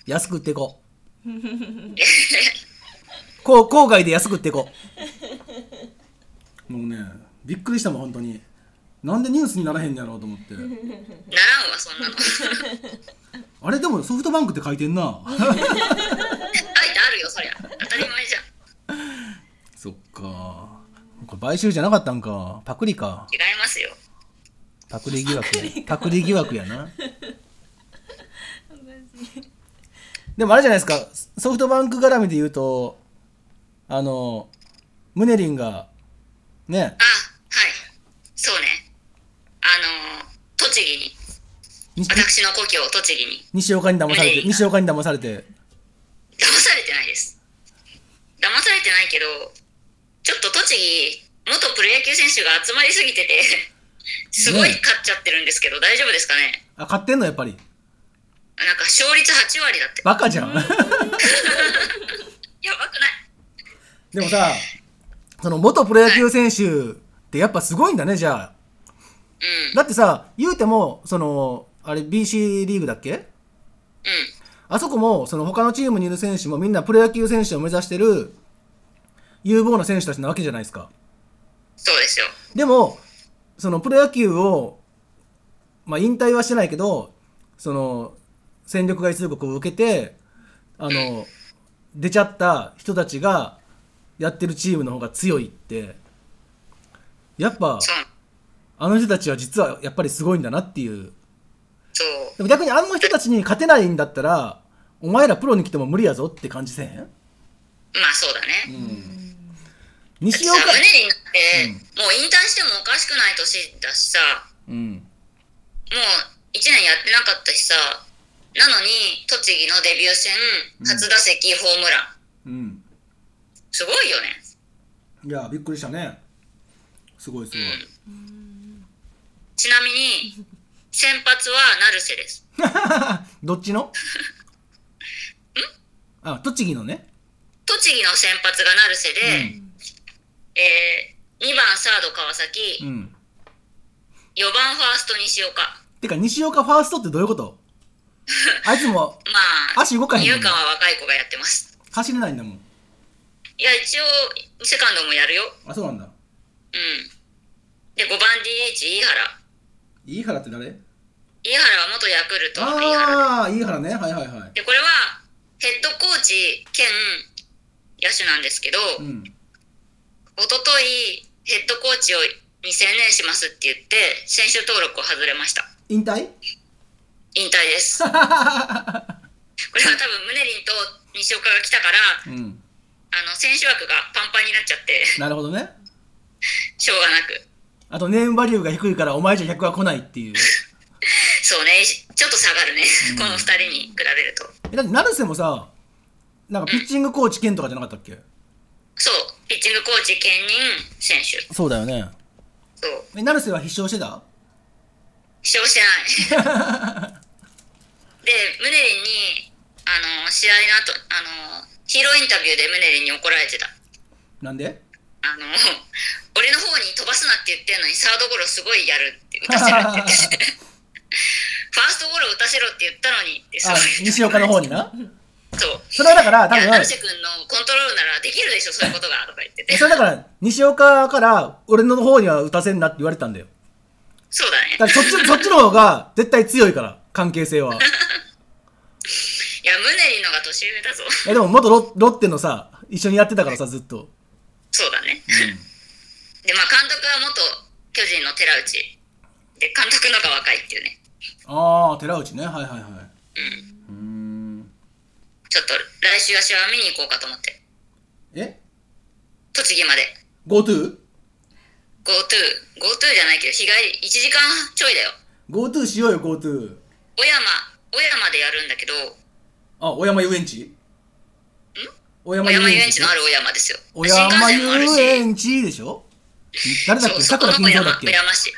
A: 安く売っていこう (laughs) こう郊外で安く売っていこうもうねびっくりしたもん本当になんでニュースにならへんのやろうと思って
C: ならんわ、そんなの。
A: あれでもソフトバンクって書いてんな
C: 書いてあるよそりゃ当たり前じゃん
A: (laughs) そっかこれ買収じゃなかったんかパクリか
C: 違いますよ
A: パクリ疑惑やパクリ疑惑やなでもあれじゃないですかソフトバンク絡みで言うとあのムネリンがね
C: あはいそうねあのー栃木に
A: に
C: 私の故郷栃木に
A: 西岡に騙され
C: ムネリ
A: て
C: ンが
A: 西岡に騙されて
C: 騙されてないです騙されてないけどちょっと栃木元プロ野球選手が集まりすぎててすごい
A: ね
C: 勝っちゃってるんですけど大丈夫ですかね
A: あ買ってんのやっぱり
C: なんか勝率8割だって
A: バカじゃん
C: やばくない
A: (laughs) でもさその元プロ野球選手ってやっぱすごいんだねじゃあ
C: うん
A: だってさ言うてもそのあれ BC リーグだっけ
C: うん
A: あそこも、その他のチームにいる選手もみんなプロ野球選手を目指してる有望な選手たちなわけじゃないですか。
C: そうですよ
A: でも、そのプロ野球を、まあ引退はしてないけど、その戦力外通告を受けて、あの、出ちゃった人たちがやってるチームの方が強いって、やっぱ
C: そう
A: あの人たちは実はやっぱりすごいんだなっていう。
C: そう
A: でも逆にあの人たちに勝てないんだったら、お前らプロに来ても無理やぞって感じせえへん
C: まあそうだね、だって
A: 西
C: さ
A: 岡
C: 胸になって、もう引退してもおかしくない年だしさ
A: うん
C: もう1年やってなかったしさなのに栃木のデビュー戦初打席ホームラン、
A: うん
C: すごいよね
A: いやびっくりしたねすごいすごい、
C: ちなみに先発は成瀬です
A: どっ (laughs) ちのあ栃木のね
C: 栃木の先発が成瀬で、えー、2番サード川
A: う
C: 崎
A: ん
C: 4番ファースト西岡
A: てか西岡ファーストってどういうこと (laughs) あいつも
C: まあ
A: 足動かへん
C: 二
A: も
C: 遊
A: ん
C: 間は若い子がやってます
A: 走れないんだもん
C: いや一応セカンドもやるよ
A: あそうなんだ
C: うんで5番 DH 飯原
A: 飯原って誰
C: 飯原は元ヤクルトの飯原
A: ああ飯原ねはいはいはい
C: でこれはヘッドコーチ兼野手なんですけど、
A: うん
C: 一昨日ヘッドコーチをに専念しますって言って選手登録を外れました
A: 引退
C: 引退です
A: (laughs)
C: これは多分ムネリンと西岡が来たから
A: うん
C: あの選手枠がパンパンになっちゃって
A: なるほどね
C: しょうがなく
A: あとネームバリューが低いからお前じゃ100は来ないっていう
C: そうねちょっと下がるね、この2人に比べると
A: えだって成瀬もさなんかピッチングコーチ兼とかじゃなかったっけ
C: そうピッチングコーチ兼任選手
A: そうだよね
C: そう
A: え成瀬は必勝してた
C: 使
A: (laughs)
C: 用してないでムネリンにあの試合の後あのヒーローインタビューでムネリンに怒られてた
A: (laughs) なんで
C: あの、 (laughs) 俺の方に飛ばすなって言ってんのに、サードゴロすごいやるって、打たせるっ
A: (laughs)
C: て言っててファーストゴロ打たせろって言ったのにって、す
A: あ
C: ごい。
A: 西岡の方にな
C: そう。
A: それはだから多
C: いや、
A: 分
C: 成瀬君のコントロールならできるでしょ、そういうことが、とか言ってて。
A: それだから西岡から俺の方には打たせんなって言われたんだよ
C: そうだね
A: だ。か
C: (laughs)
A: らそっちそっちの方が絶対強いから関係性はい
C: や、ムネリのが年上だぞ。
A: いやでも元ロロッテのさ一緒にやってたからさずっと、
C: そうだね。 (laughs) で、まあ、監督は元巨人の寺内。で、監督のが若いっていうね。
A: ああ寺内ねはいはいはいうん
C: ちょっと、来週足は見に行こうかと思って。
A: え
C: 栃木まで。GoTo。
A: GoTo?GoTo
C: GoTo じゃないけど、日帰り1時間ちょいだよ。
A: しようよ GoTo
C: 小山、小山でやるんだけど、
A: あ小山遊園地小
C: 小山遊園地のある小山ですよ。
A: 小
C: 新幹
A: 山
C: 線もある
A: 遊
C: し、
A: 園地でしょ誰だっ
C: そ
A: け
C: う、そ
A: さ
C: こ
A: く
C: の
A: ら
C: 小
A: 金蔵
C: 山
A: だっ、け
C: 小山市。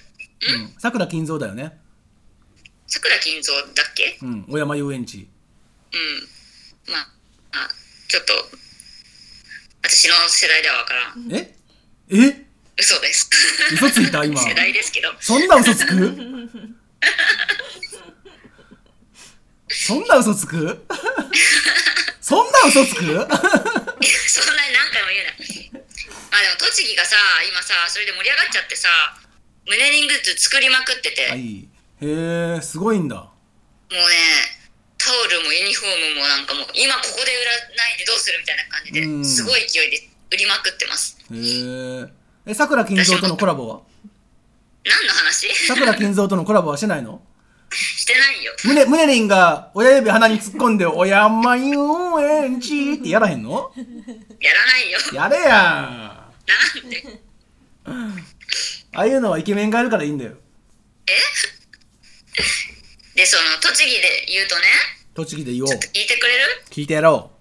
A: うんさくら金蔵だよね
C: 桜金蔵だっけ
A: うん小山遊園地
C: うん。まあ、あちょっと、私の世代ではわからん。
A: ええ
C: 嘘です。
A: 嘘ついた今
C: (laughs) 世代ですけど。
A: そんな嘘つくそんな嘘つくそんな嘘つく
C: (laughs) そんなに何回も言うな。まあでも栃木がさ、今さ、それで盛り上がっちゃってさ、胸リングッズ作りまくってて、
A: は
C: もうね、
A: いへえすごいんだ
C: タオルもユニフォームもなんかもう、今ここで売らないでどうするみたいな感じで
A: うん、
C: すごい勢いで売りまくってます。
A: へーえさくら金蔵とのコラボは
C: 何の話
A: さくら金蔵とのコラボはしてないの
C: (laughs) してないよ。
A: むねむねりんが親指鼻に突っ込んで「おやま遊園地」ってやらへんの
C: やらないよ。 (laughs)
A: やれや
C: なんで
A: ああいうのはイケメンがいるからいいんだよ
C: (laughs) で、その、栃木で言うとね、
A: 栃木で言おう
C: ちょっと聞いてくれる
A: 聞いてやろ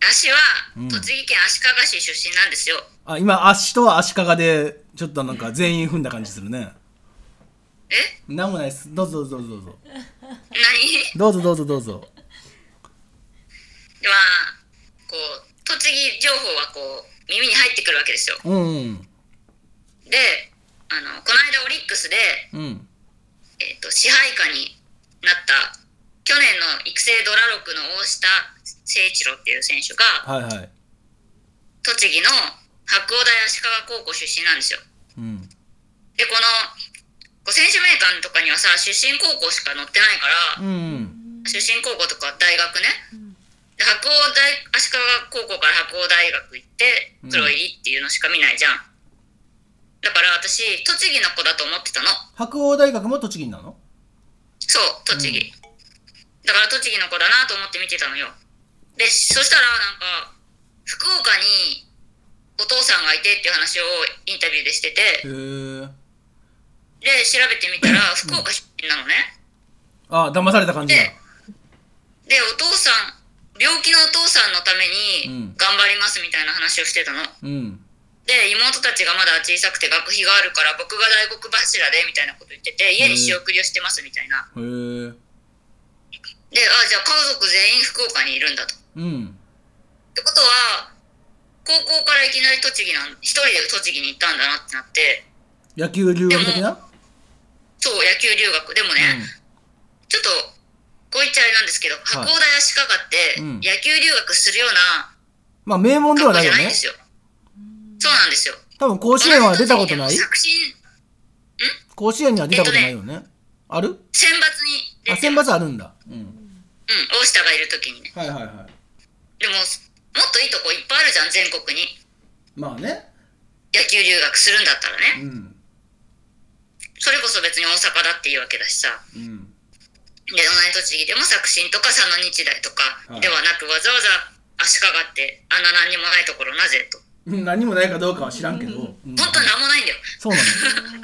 A: う
C: 私は
A: うん
C: 栃木県足利市出身なんですよ、
A: あ今足と足利でちょっとなんか全員踏んだ感じするね
C: え
A: なんもないですどうぞどうぞどうぞ
C: 何
A: どうぞどうぞどうぞ
C: まあこう栃木情報はこう耳に入ってくるわけですよ
A: うんうん
C: であのこの間オリックスで、
A: うん
C: えっと支配下になった去年の育成ドラロクの大下誠一郎っていう選手が
A: はいはい
C: 栃木の白鴎大足利高校出身なんですよ
A: うん
C: でこのこう選手名鑑とかにはさ出身高校しか載ってないから、
A: うん
C: 出身高校とか大学ね、で白鴎大足利高校から白鴎大学行って
A: うん
C: プロ入りっていうのしか見ないじゃん、だから私栃木の子だと思ってたの
A: 白鴎大学も栃木なの
C: そう栃木、だから栃木の子だなと思って見てたのよでそしたらなんか福岡にお父さんがいてっていう話をインタビューでしてて
A: へえ
C: で調べてみたら福岡出身なのね、
A: あ騙された感じだ
C: ででお父さん病気のお父さんのため
A: うん
C: に頑張りますみたいな話をしてたの、
A: うん
C: で妹たちがまだ小さくて学費があるから僕が大黒柱でみたいなこと言ってて家に仕送りをしてますみたいな
A: へえ
C: であじゃあ家族全員福岡にいるんだと
A: うん
C: ってことは高校からいきなり栃木なん一人で栃木に行ったんだなってなって
A: 野球留学的な
C: そう野球留学でもね、ちょっとこう言っちゃあれなんですけど
A: い
C: 白鴎大足利って
A: うん
C: 野球留学するような
A: まあ名門で
C: 学
A: は
C: 校
A: な
C: じゃ
A: いよ
C: ないん
A: ね
C: ですよ、そうなんですよ
A: 多分甲子園は出たことない
C: 作新
A: 甲子園には出たことないよねある
C: 選抜に出
A: あ
C: て
A: 選
C: うん
A: 抜あるんだうん
C: 大下がいる時にね
A: はいはいはい
C: でももっといいとこいっぱいあるじゃん全国に
A: まあね
C: 野球留学するんだったらね
A: うん
C: それこそ別に大阪だっていいわけだしさ
A: うん
C: で同じ栃木でも作新とか佐野日大とか
A: はい
C: ではなくわざわざ足利ってあんな何にもないところなぜと
A: うん何もないかどうかは知らんけど、うん
C: 本当なんもないんだよ
A: そうな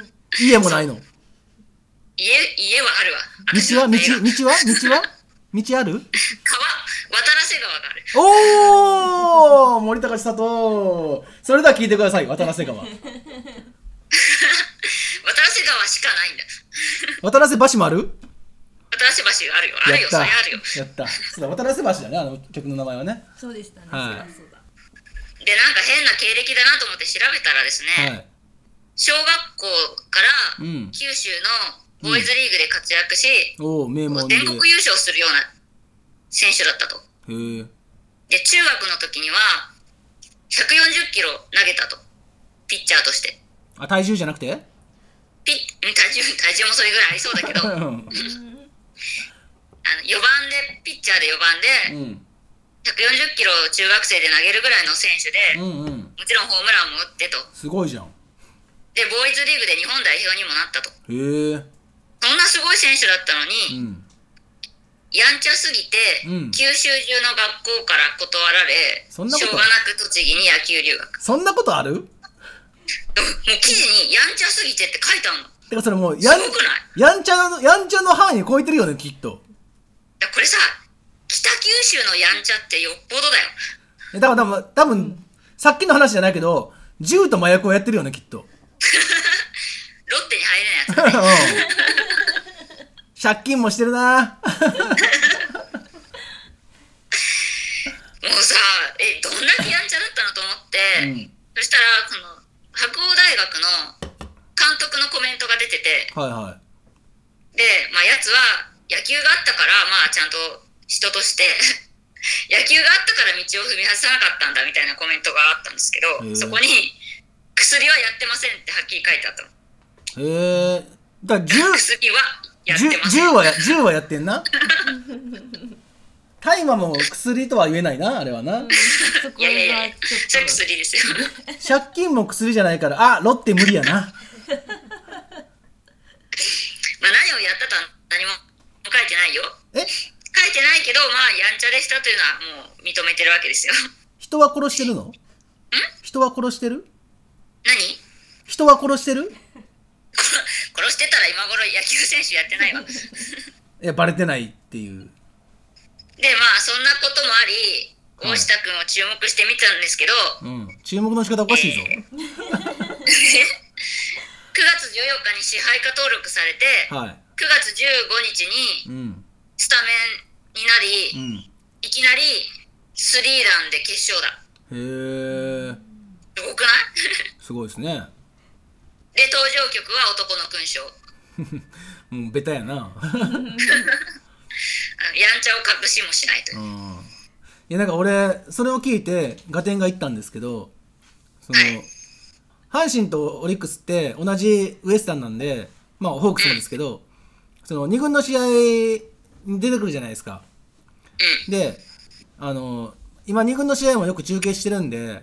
A: の家もないの道
C: 家家はあるわ
A: は道道は
C: 私の家が
A: 道は道は道ある
C: 川渡良瀬川がある (laughs)
A: おお森高千里それでは聞いてください渡
C: (laughs)
A: 良瀬川
C: 渡良瀬川しかないんだ
A: 渡良瀬橋もある
C: 渡良瀬橋があるよあ
A: や
C: る
A: っ
C: よそ
A: た
C: れあるよ
A: やったそうだ渡良瀬橋だねあの曲の名前はね
E: そうでしたね、
A: はい
E: そうだそうだ
C: でで、なんか変な経歴だなと思って調べたらです
A: は
C: ね、
A: い。
C: 小学校から
A: うん
C: 九州のボーイズリーグで活躍し、
A: おお、名
C: こ
A: 門
C: う
A: で。
C: 全国優勝するような選手だったと。
A: へえ。
C: で、中学の時には、140キロ投げたと。ピッチャーとして。
A: あ、体重じゃなくて
C: ピッ、体重、体重もそれぐらいありそうだけ
A: (laughs)
C: ど、
A: う
C: あの、
A: ん。
C: 4番で、ピッチャーで4番
A: う
C: で、
A: ん。
C: 140キロを中学生で投げるぐらいの選手
A: う
C: で、
A: んうん。
C: もちろんホームランも打ってと。
A: すごいじゃん。
C: で、ボーイズリーグで日本代表にもなったと。
A: へえ。
C: そんなすごい選手だったの
A: う
C: に、
A: ん。
C: やんちゃすぎて、
A: うん
C: 九州中の学校から断られ、し
A: そ
C: ょ
A: ん
C: う
A: なこと
C: がなく栃木に野球留学。
A: そんなことある
C: でももう記事に「やんちゃすぎて」って書いてあるの
A: てかそれもう、やん
C: すごくない、
A: やんちゃの、やんちゃの範囲超えてるよね、きっと。
C: だからこれさ北九州のやんちゃってよっぽどだよ
A: えだから多分、多分、さっきの話じゃないけど、銃と麻薬をやってるよね、きっと。
C: ロッテに入れないやつ
A: うん借金もしてるな
C: もうさえどんだけやんちゃだったのと思って、
A: うん
C: そしたらこの白鴎大学の監督のコメントが出てて
A: はいは
C: で、まあ、やつは野球があったからまあちゃんと人として (laughs) 野球があったから道を踏み外さなかったんだみたいなコメントがあったんですけ
A: へ
C: ど
A: え
C: そこに「薬はやってません」ってはっきり書いてあったの
A: い。へえ。だから銃、
C: 薬はやっ
A: 銃
C: てません
A: 銃はや、銃はやってんな。大麻も薬とは言えないな、あれはな。
E: そこ
C: (laughs) いやいやいや
E: がちょっ
C: それ薬ですよ。 (laughs)
A: 借金も薬じゃないから、あ、ロッテ無理やな。
C: まあ何をやったとは何も書いてないよ。
A: え
C: 書いてないけど、まあやんちゃでしたというのはもう認めてるわけですよ。
A: 人は殺してるの人は殺してる
C: 何 (laughs)
A: 人は殺してる
C: 殺してたら今頃野球選手やってないわ。で、
A: いや、バレてないっていう。
C: まあそんなこともあり、
A: はい
C: 大下君を注目してみたんですけど、
A: うん。注目の仕方おかしいぞ。
C: 9月14日に支配下登録されて、
A: (laughs) はい。
C: 9月15日に
A: うん。
C: スタメンにな
A: う
C: り、
A: ん。
C: いきなりスリーランで決勝だ。
A: へえ。
C: すごくない (laughs)
A: すごいですね。
C: で、登場曲は男の勲章。
A: うん、ベタやな。
C: あのやんちゃを隠しもしないと
A: (laughs)
C: いう
A: う。ん。いや、なんか俺、それを聞いて、ガテンが言ったんですけど、その、阪神とオリックスって同じウエスタンなんで、まあ、ホークスもですけど、その、2軍の試合に出てくるじゃないですか。で、あの、今2軍の試合もよく中継してるんで、
C: うん。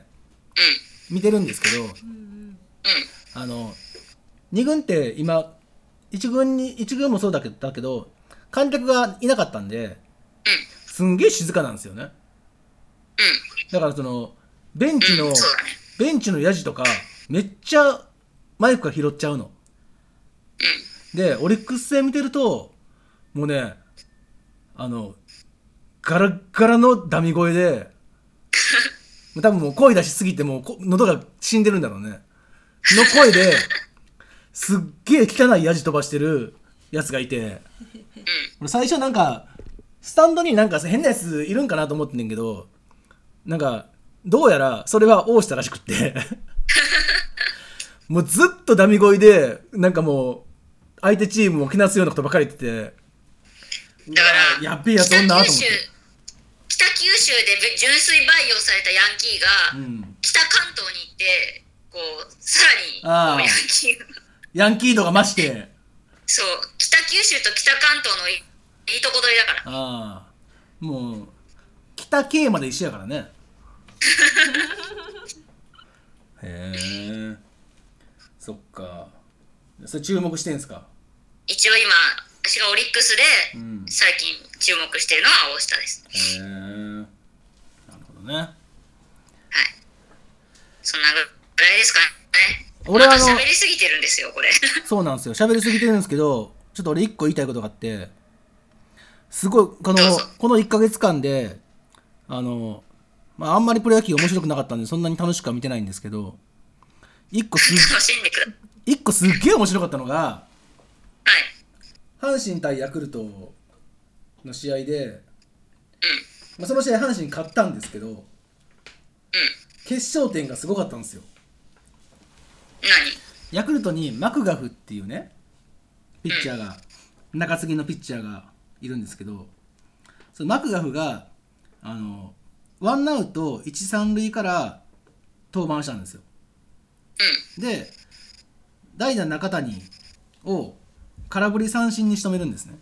A: 見てるんですけど、
C: うん。
A: あの2軍って今1軍に一軍もそうだけどだけど観客がいなかったんですんげえ静かなんですよね
C: うん。
A: だからそのベンチの、
C: うんそうだね
A: ベンチのヤジとかめっちゃマイクが拾っちゃうのでオリックス戦見てるともうねあのガラッガラのダミ声
C: (laughs)
A: でもう多分もう声出しすぎてもうこ喉が死んでるんだろうねの声ですっげえ汚いヤジ飛ばしてるやつがいて俺最初なんかスタンドになんか変なやついるんかなと思ってんねんけどなんかどうやらそれは王したらしくって
C: (laughs)
A: もうずっとダミ声でなんかもう相手チームをけなすようなことばかり言ってて
C: だから、
A: うわやっべえやつおんなと
C: 北
A: 思っ
C: 九州
A: て、
C: 北九州で純粋培養されたヤンキー
A: う
C: が、
A: ん、
C: 北関東に行って、こう、さらに、
A: あー
C: こうヤンキー、
A: ヤンキー度が増して
C: そう、北九州と北関東のいいいとこ取りだから。
A: ああもう北系まで一緒やからね (laughs) へえそっかそれ注目してんすか
C: 一応今、私がオリックスで、
A: ん
C: 最近注目してるのは大下です。
A: へえなるほどね
C: はい。そんなぐらいですかね。
A: 俺はあの
C: なんか喋りすぎてるんですよ、これ。 (laughs)
A: そうなんですよ喋りすぎてるんですけどちょっと俺一個言いたいことがあってすごいこの
C: どうぞ
A: この1ヶ月間であの、まあ、あんまりプロ野球面白くなかったんでそんなに楽しくは見てないんですけど一個す
C: 楽しんでくださ
A: 一個すっげえ面白かったのが
C: い。はい。
A: 阪神対ヤクルトの試合で、まあ、その試合阪神勝ったんですけど、決勝点がすごかったんですよ
C: 何
A: ヤクルトにマクガフっていうねピッチャーが中継ぎのピッチャーがいるんですけどそのマクガフがあのワンアウト一三塁から登板したんですよで代打中谷を空振り三振に仕留めるんですね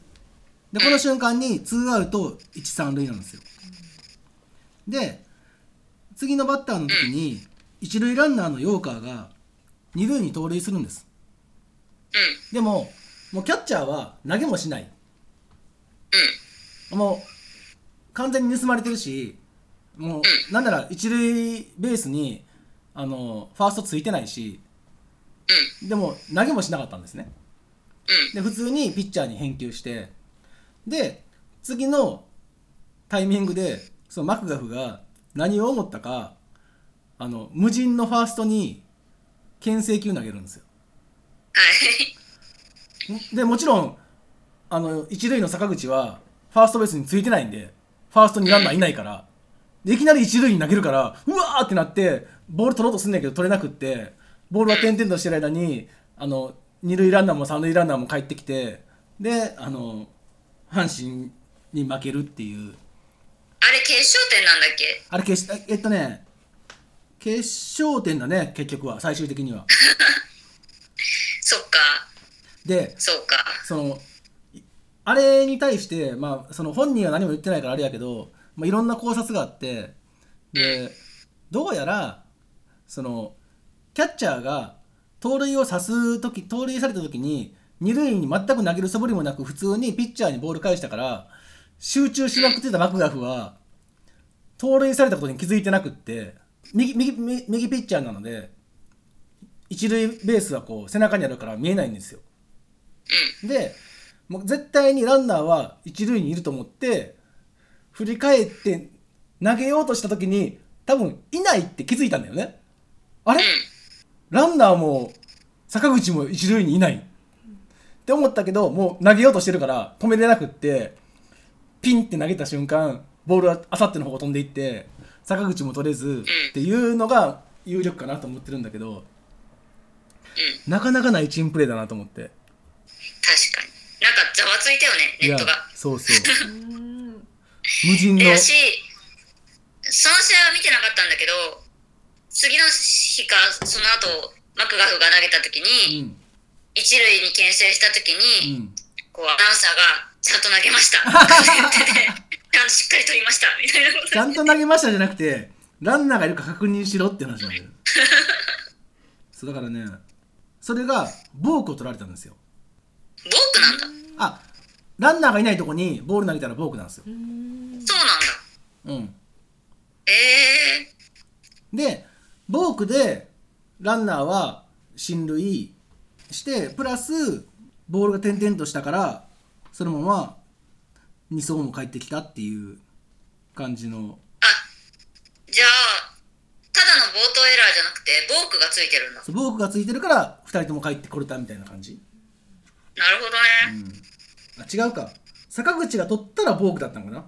A: でこの瞬間にツーアウト一三塁なんですよで次のバッターの時に一塁ランナーのヨーカーが二塁に盗塁するんです
C: うんうん
A: でももうキャッチャーは投げもしない
C: うん
A: もう完全に盗まれてるしもうなんなら一塁ベースにあのファーストついてないしでも投げもしなかったんですね
C: うん
A: で普通にピッチャーに返球してで次のタイミングでそのマクガフが何を思ったかあの無人のファーストに牽制球投げるんですよ
C: はい (laughs)
A: でもちろんあの一塁の坂口はファーストベースについてないんでファーストにランナーいないからでいきなり一塁に投げるからうわーってなってボール取ろうとすんねんけど取れなくってボールは点々としてる間にあの二塁ランナーも三塁ランナーも帰ってきてであの阪神に負けるっていう
C: あれ決勝点なんだっけ
A: あれ決しえっとね決勝点だね結局は最終的には
C: そっか
A: で
C: そうか
A: そのいあれに対して、まあ、その本人は何も言ってないからあれやけど、まあ、いろんな考察があってでどうやらそのキャッチャーが盗塁を刺す時盗塁された時に二塁に全く投げる素振りもなく普通にピッチャーにボール返したから集中しまくってたマクガフは盗塁されたことに気づいてなくって右右右右ピッチャーなので一塁ベースはこう背中にあるから見えないんですよ。でもう絶対にランナーは一塁にいると思って振り返って投げようとした時に多分いないって気づいたんだよねあれランナーも坂口も一塁にいないって思ったけどもう投げようとしてるから止めれなくってピンって投げた瞬間ボールはあさっての方向飛んでいって坂口も取れずっていうのが有力かなと思ってるんだけどなかなかないチームプレーだなと思って。
C: 確かになんかざわついたよねネットが
A: そうそう無人
C: (laughs)
A: の
C: でやしその試合は見てなかったんだけど次の日かその後マクガフが投げた時
A: う
C: に、
A: ん
C: 一塁に牽制した時
A: う
C: に、
A: ん
C: こうアナウンサーが「ちゃんと投げま
A: (laughs)
C: した」って言っててちゃんとしっかり取りました」みたいなこと
A: ちゃんと投げましたじゃなくてランナーがいるか確認しろって話なんだ
C: (laughs)
A: よそうだからねそれがボークを取られたんですよ
C: ボークなんだ
A: あランナーがいないとこにボール投げたらボークなんですよ
C: そうなんだ
A: うん
C: ええ
A: でボークでランナーは進塁してプラスボールが点々としたからそのまま2走も帰ってきたっていう感じの
C: あじゃあただの冒頭エラーじゃなくてボークがついてるんだ
A: そうボークがついてるから2人とも帰ってこれたみたいな感じ
C: なるほどね、
A: あ違うか坂口が取ったらボークだったのかな
C: あ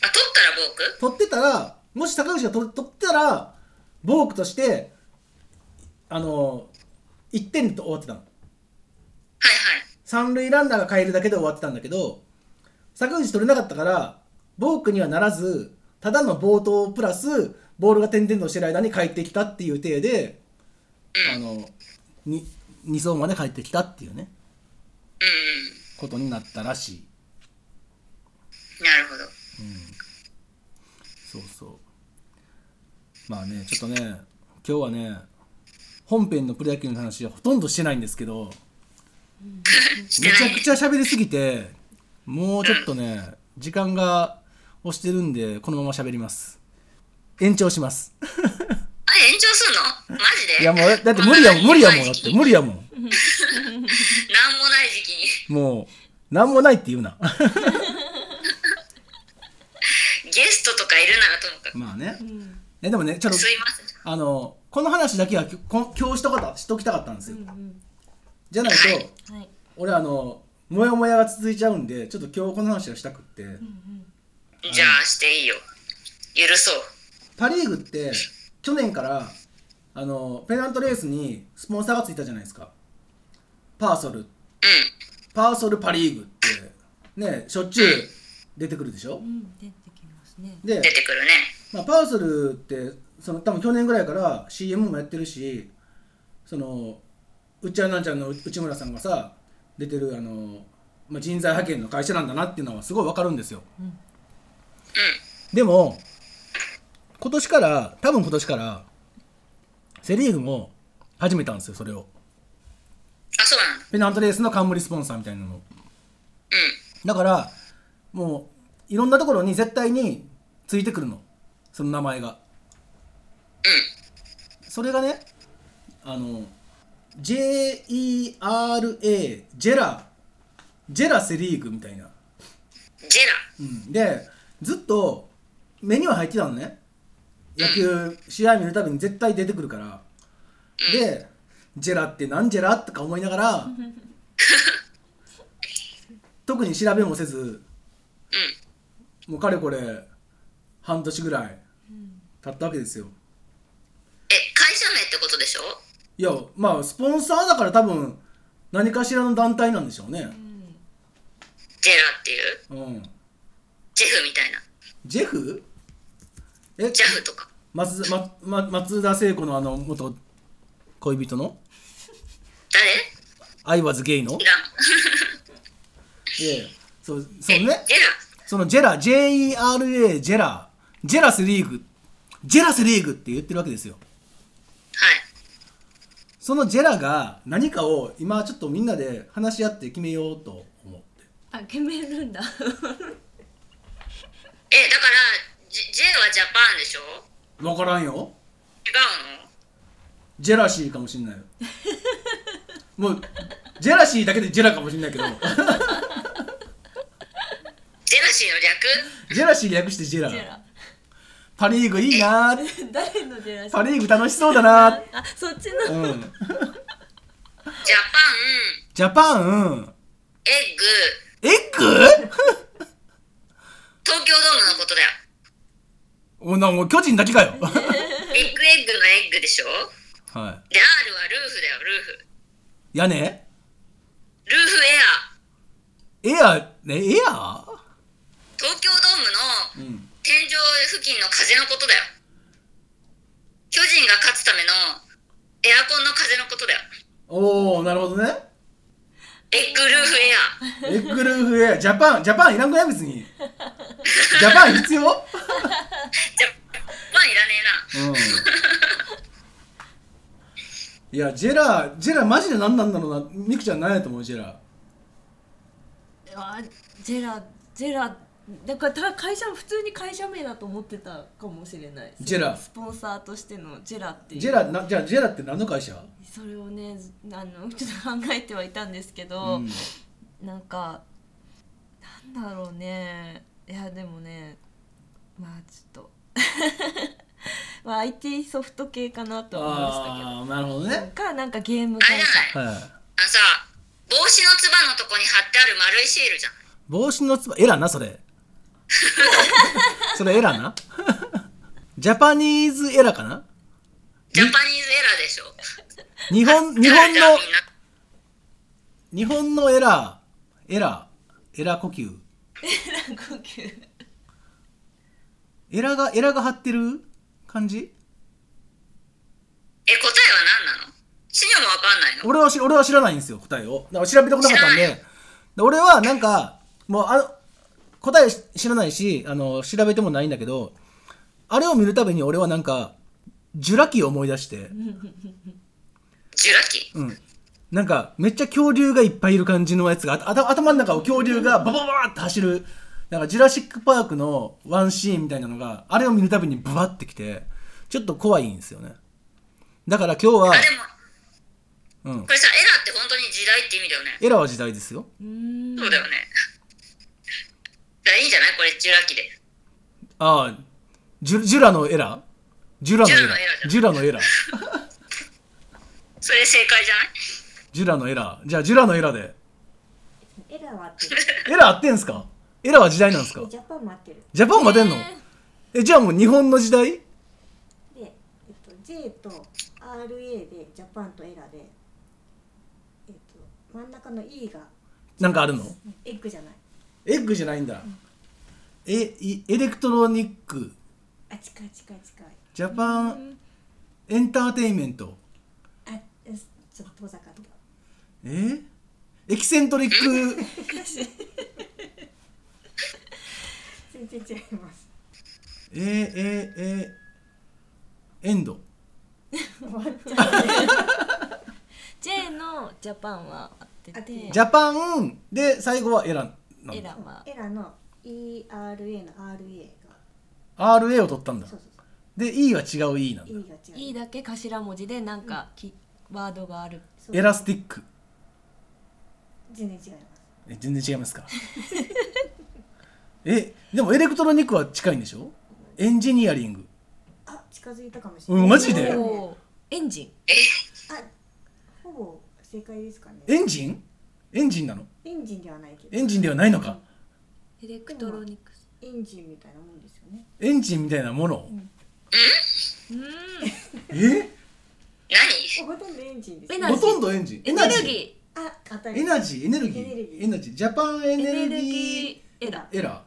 C: 取ったらボーク
A: 取ってたらもし坂口が取取ってたらボークとしてあの1点と終わってたの
C: はいはい
A: 三塁ランナーが変えるだけで終わってたんだけど坂口取れなかったからボークにはならずただの冒頭プラスボールが点々としてる間に帰ってきたっていう体で、あのに2走まで帰ってきたっていうね
C: うんうん
A: ことになったらしい
C: なるほど
A: そうそうまあねちょっとね今日はね本編のプロ野球の話はほとんどしてないんですけど
C: して
A: め
C: な
A: ちゃ
C: い
A: く
C: ね
A: ちゃ喋りすぎてもうちょっとね時間が押してるんでこのまま喋ります延長します
C: あれ延長すんのマジで
A: いやもうだって無理やもん無理やもんだって無理やもん
C: なんもない時期に
A: もうなんもないって言うな
C: ゲストとかいるならともかく
A: まあね (laughs) えでもねちょっと
C: すいません
A: あのこの話だけはきょこ今日しとかたしときたかったんですよ、じゃないと
E: はい
A: 俺あのモヤモヤが続いちゃうんでちょっと今日この話をしたくって、
C: じゃあしていいよ許そう
A: パ・リーグってち去年からあのペナントレースにスポンサーがついたじゃないですかパーソル
C: うん。
A: パーソルパ・リーグってねしょっちゅう出てくるでしょ
E: うん、出てきますね。
A: で
C: 出てくるね。
A: まあ、パーソルってその多分去年ぐらいから CM もやってるしそのうっちゃんなんちゃんの内村さんがさ出てるあの、まあ、人材派遣の会社なんだなっていうのはすごいわかるんですよ、でも今年から多分今年からセ・リーグも始めたんですよそれを
C: あ、そうなの。
A: ペナントレースの冠スポンサーみたいなのを
C: う
A: だからもういろんなところに絶対についてくるのその名前が
C: ん。うん。
A: それがねあの JERA ジェラジェラセリーグみたいな、
C: ジェラ。
A: うん、でずっと目には入ってたのね野球試合見るたびに絶対出てくるからでジェラってなんジェラとか思いながら
C: (laughs)
A: 特に調べもせずもうかれこれ半年ぐらい経ったわけですよ
C: え、会社名ってことでしょ
A: いやまあスポンサーだから多分何かしらの団体なんでしょうね
C: ジェラっていう。
A: うん
C: ジェフみたいな。
A: ジェフえ
C: ジャフとか。
A: 松田まま松田聖子のあの元恋人の
C: 誰
A: 「I was gay の」
C: 知らん。
A: ええそうそ
C: え
A: うね
C: ジェラ。
A: そのジェラ JERA ジェラジェラスリーグジェラスリーグって言ってるわけですよ
C: はい。
A: そのジェラが何かを今ちょっとみんなで話し合って決めようと思って
E: あ、決めるんだ。
C: え、だから、ジジェはジャパンでしょ
A: 分からんよ
C: 違うの
A: ジェラシーかもしんない
E: (laughs)
A: よもうジェラシーだけでジェラかもしんないけど (laughs)
C: ジェラシーの略
A: ジェラシー略してジェラ
E: ジェラ。
A: パ・リーグいいなー
E: 誰のジェラシ
A: パ・
E: ー？
A: リーグ楽しそうだな
E: あ、そっちの。
A: ーうん
C: ジャパン、
A: ジャパン
C: エッグ、
A: エッグ
C: 東京ドームのこ
A: (laughs)
C: とだよ。
A: おなもう巨人だけかよ
C: ビッ
A: (laughs)
C: グエッグのエッグでしょ
A: は
C: で、R はルーフだよ、ルーフ。
A: い屋根
C: ルーフエア。
A: エアねエア
C: 東京ドー
A: う
C: ムの
A: ん
C: 天井付近の風のことだよ。巨人が勝つためのエアコンの風のことだよ。
A: おおなるほどね
C: エッグルーフエア。
A: エッグルーフエアジャパンジャパンいらんくない別にジャパン必要うん
C: ジャパンいらねえな。
A: いやジェラジェラマジで何なんだろうなミクちゃん何やと思うジェラ
E: あ、ジェラ、ジェラ。だからた会社普通に会社名だと思ってたかもしれない。
A: ジェラ
E: スポンサーとしてのジェラっていう。
A: ジェラなじゃあジェラって何の会社
E: それをねずあのちょっと考えてはいたんですけ
A: う
E: ど、
A: ん
E: なんかなんだろうねいやでもねまあちょっと (laughs) まあ IT ソフト系かなとは思いました
A: ああなるほど
E: け
A: ね
E: どかなんかゲーム
C: あれ
E: 会
C: じゃ
E: 社
C: ない
A: はい
C: あのさ、帽子のつばのとこに貼ってある丸いシールじゃん。
A: 帽子のつばエラなそれ (laughs) それエラなジャパニーズエラかな
C: ジャパニーズエラーでしょ。
A: 日本日
C: じゃあ
A: 本
C: じゃあ
A: の
C: みんな
A: 日本のエラエラエラ呼吸
E: (laughs) 呼吸
A: エラがエラが張ってる感じ
C: え、答えは何なのシニョもわかんないの
A: 俺はし俺は知らないんですよ答えをだから調べたことなかったん
C: 知ら
A: でで俺はなんかもうあの答えし知らないしあの調べてもないんだけどあれを見るたびに俺はなんかジュラ紀を思い出して、
C: ジュラキ
A: うん、なんかめっちゃ恐竜がいっぱいいる感じのやつがあた頭の中を恐竜がババババーって走るなんかジュラシック・パークのワンシーンみたいなのがあれを見るたびにブワってきてちょっと怖いんですよねだから今日は
C: あ、、でも、
A: うん
C: こ、れさ、エラーって本当に時代って意味だよね。
A: エラは時代ですよ
E: うーん
C: そうだよね。だからいいんじゃないこれ、ジュラキで。
A: ああジュジュラのエラジュラのエラジュラのエラ
C: それ正解じゃない
A: ジュラのエラじゃあジュラのエラで
F: エラーは合ってる。
A: エラ合ってんすかエラは時代なんですか
F: ジャパンも合ってる。
A: ジャパンが出んのえじゃあもう日本の時代
F: で、えっと、 J と RA でジャパンとエラで、えっと真ん中の E が
A: なんかあるの
F: エッグじゃない
A: エッグじゃないんだ。え、いエレクトロニック、
F: あ近い近い近い
A: ジャパンエンターテインメント。
F: あえちょっと遠ざかった
A: えエキセントリック、 (laughs)
F: 全然違います
A: えー、えー、えー、エンド。
F: 終わっちゃう
E: J のジャパンは合って
F: 合って
E: て
F: る
A: ジャパンで最後はエラなの
E: エラは
F: エラの ERA の RA が
A: RA を取ったんだ
F: そうそうそう
A: で E は違う E なんだ
F: E が違
E: E
F: う
E: だけ頭文字でなんかき、ワードがある
F: そう
A: エラスティック
F: 全然違います
A: え全然違いますかえでもエレクトロニックは近いんでしょエンジニアリング
F: あ近づいたかもしれ
A: う
F: ない
A: んマジで
E: おーエンジン
F: あほぼ正解ですかね
A: エンジンエンジンなの
F: エンジンではないけど
A: エンジンではないのか
E: エレクトロニクス
F: エンジンみたいなもんですよね
A: エンジンみたいなものえ
C: 何
F: ほとんどエンジンです
E: エ
F: ね
E: ナ
A: ほ
E: ジ
A: とんどエンジン
E: エネルギ
F: あ当たり
A: エナジーエネルギ
F: エネルギ
A: ー
F: ー
A: エナジージャパンエ
E: ーエネ
A: ネル
E: ル
A: ギー
E: ギーエラ
A: エラ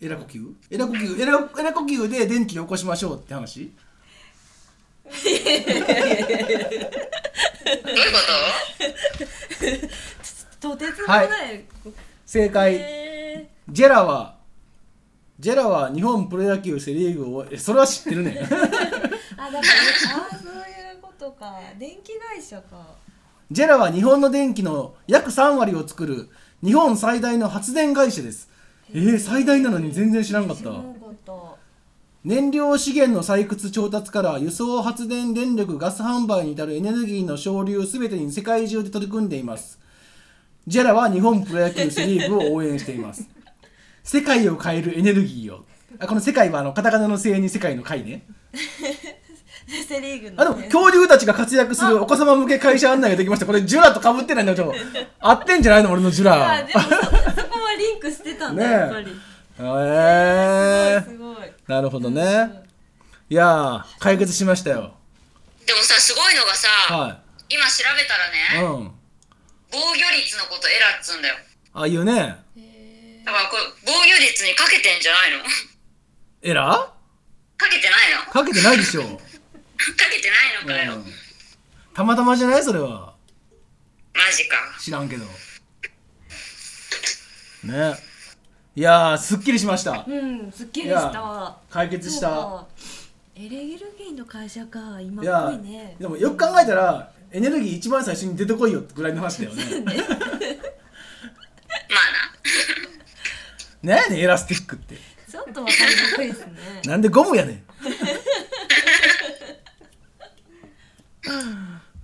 A: エラ呼吸エラ呼吸エラエラ呼吸で電気を起こしましょうって話
C: どういうこと
E: とてつもない、
A: 正解、
E: え
A: ジェラはジェラは日本プロ野球セ・リーグをえそれは知ってる (laughs) ね
E: ー、あだからあーそういうことか電気会社か
A: ジェラは日本の電気の約3割を作る日本最大の発電会社ですえー、最大なのに全然知らんかった
E: そういうこと
A: 燃料資源の採掘調達から輸送発電電力ガス販売に至るエネルギーの省流すべてに世界中で取り組んでいますジェラは日本プロ野球セ・リーグを応援しています世界を変えるエネルギーをあこの世界はあのカタカナのせいに世界の会ね
E: セリーグ
A: あで
E: の、
A: も
E: ね、
A: 恐竜たちが活躍するお子様向け会社案内ができましたこれジュラと被ってないん
E: (laughs)
A: だよちょ合ってんじゃないの俺のジュ
E: あ
A: ラ
E: でもそそこはリンクしてたんだ、
A: ねえ
E: やっぱり
A: えー、
E: すごい
A: なるほどねいやー解決しましたよ
C: でもさすごいのがさ、
A: は
C: 今調べたら
A: い
C: ね、
A: うん
C: 防御率のことエラっつうんだよ
A: ああいうね
C: だからこれ防御率にかけてんじゃないの (laughs)
A: エラ
C: かけてないの (laughs) か
A: かけてないでし
C: け
A: ょ、
C: てないのかよ、
A: うんたまたまじゃないそれは
C: マジか
A: 知らんけどねいやーすっきりしました
E: うんすっきり
A: い
E: し
A: や
E: た
A: 解決し
E: そう
A: た
E: かエレギルギーの会社か今
A: い
E: っぽ
A: や
E: いね (laughs)
A: でもよく考えたらエネルギー一番最初に出てこいよぐらいの話だよね
C: まあな
A: ねえねエラスティックって
E: ちょっとわかりにくいですね
A: なんでゴムやね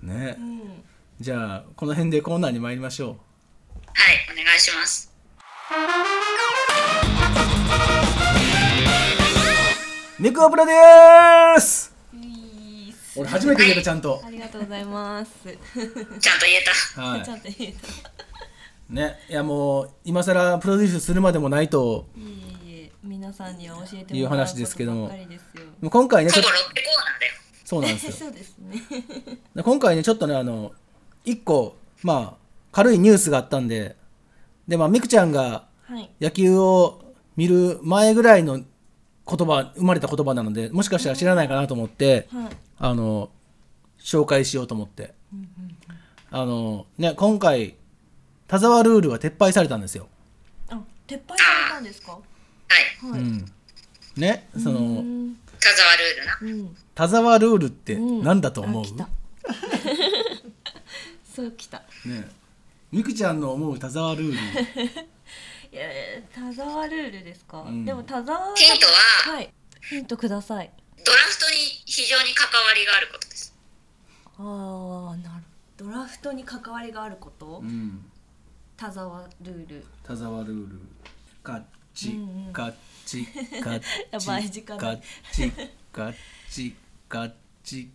A: ん (laughs) ねえ
E: うん
A: じゃあこの辺でコーナーに参りましょう
C: はいお願いします
A: ネクアプラでーす
E: いいっす
A: 俺初めて言えたちゃんと
E: ありがとうございます。
C: ちゃんと言えた
A: はい
E: ちょっと言え
A: ねいやもう今更プロデュースするまでもないと
E: た。いえいえ、皆さんには教えて
A: いう
E: もらう
A: 話
E: こ
A: ですけど
E: と
A: も
E: (laughs) ばっかりですよ。
A: もう今回ねち
C: ほ
A: ょっ
C: ぼ
A: と
C: ロッテコーナーだよ
A: そうなんですよ
E: そうですね。
A: で今回ねちょっとねあの1個まあ軽いニュースがあったんででまあみくちゃんが
E: はい。
A: 野球を見る前ぐらいの言葉生まれた言葉なのでもしかしたら知らないかなと思って、
E: はい。
A: あの紹介しようと思って、あのね今回田沢ルールが撤廃されたんですよ、
E: あ、撤廃されたんですか。
C: はい
E: は
A: う
E: い。
A: んねその、
E: うん。
C: 田沢ルールな
E: うん。
A: 田沢ルールって
E: うん
A: 何だと思う、
E: あ来た (laughs) そうきた。
A: ねみくちゃんの思う田沢ルール
E: いや、田沢ルールですか。
A: うん
E: でも田沢。
C: ヒントは
E: はい。ヒントください。
C: ドラフトに非常に関わりがあることです
E: ああ、なる。ドラフトに関わりがあること。
A: うん
E: 田沢ルール。
A: 田沢ルールカッチカッチカッチ
E: (laughs) やばい時間
A: カ
E: だ
A: ッ
E: (laughs)
A: チカッチカッチ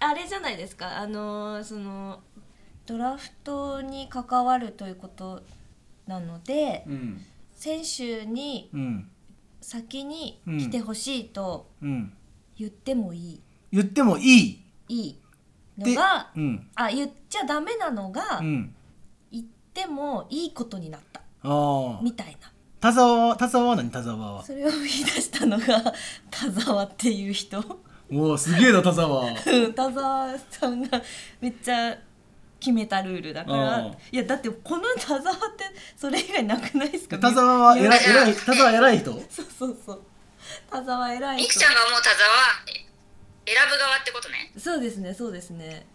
E: あれじゃないですかあのーそのドラフトに関わるということなので
A: うん
E: 選手に
A: うん
E: 先に来てほしいと
A: うん
E: 言ってもいい、
A: 言ってもいい。
E: いいの
A: で
E: が、
A: うん。
E: あ言っちゃダメなのが、
A: うん。
E: 言ってもいいことになった
A: ああ。
E: みたいな
A: 田沢は、田沢は何田沢は。
E: それを言い出したの
A: (laughs)
E: が田沢っていう人
A: おお、すげえな、田
E: (laughs)
A: 沢。
E: うん田沢さんがめっちゃ決めたルールだから、
A: うん
E: いやだってこの田沢ってそれ以外なくないですか
A: 田沢は偉い、偉い、田沢偉い人
E: そうそうそう田沢偉い
C: ミ
E: 人
C: キちゃんが思う田沢は選ぶ側ってことね
E: そうですねそうですね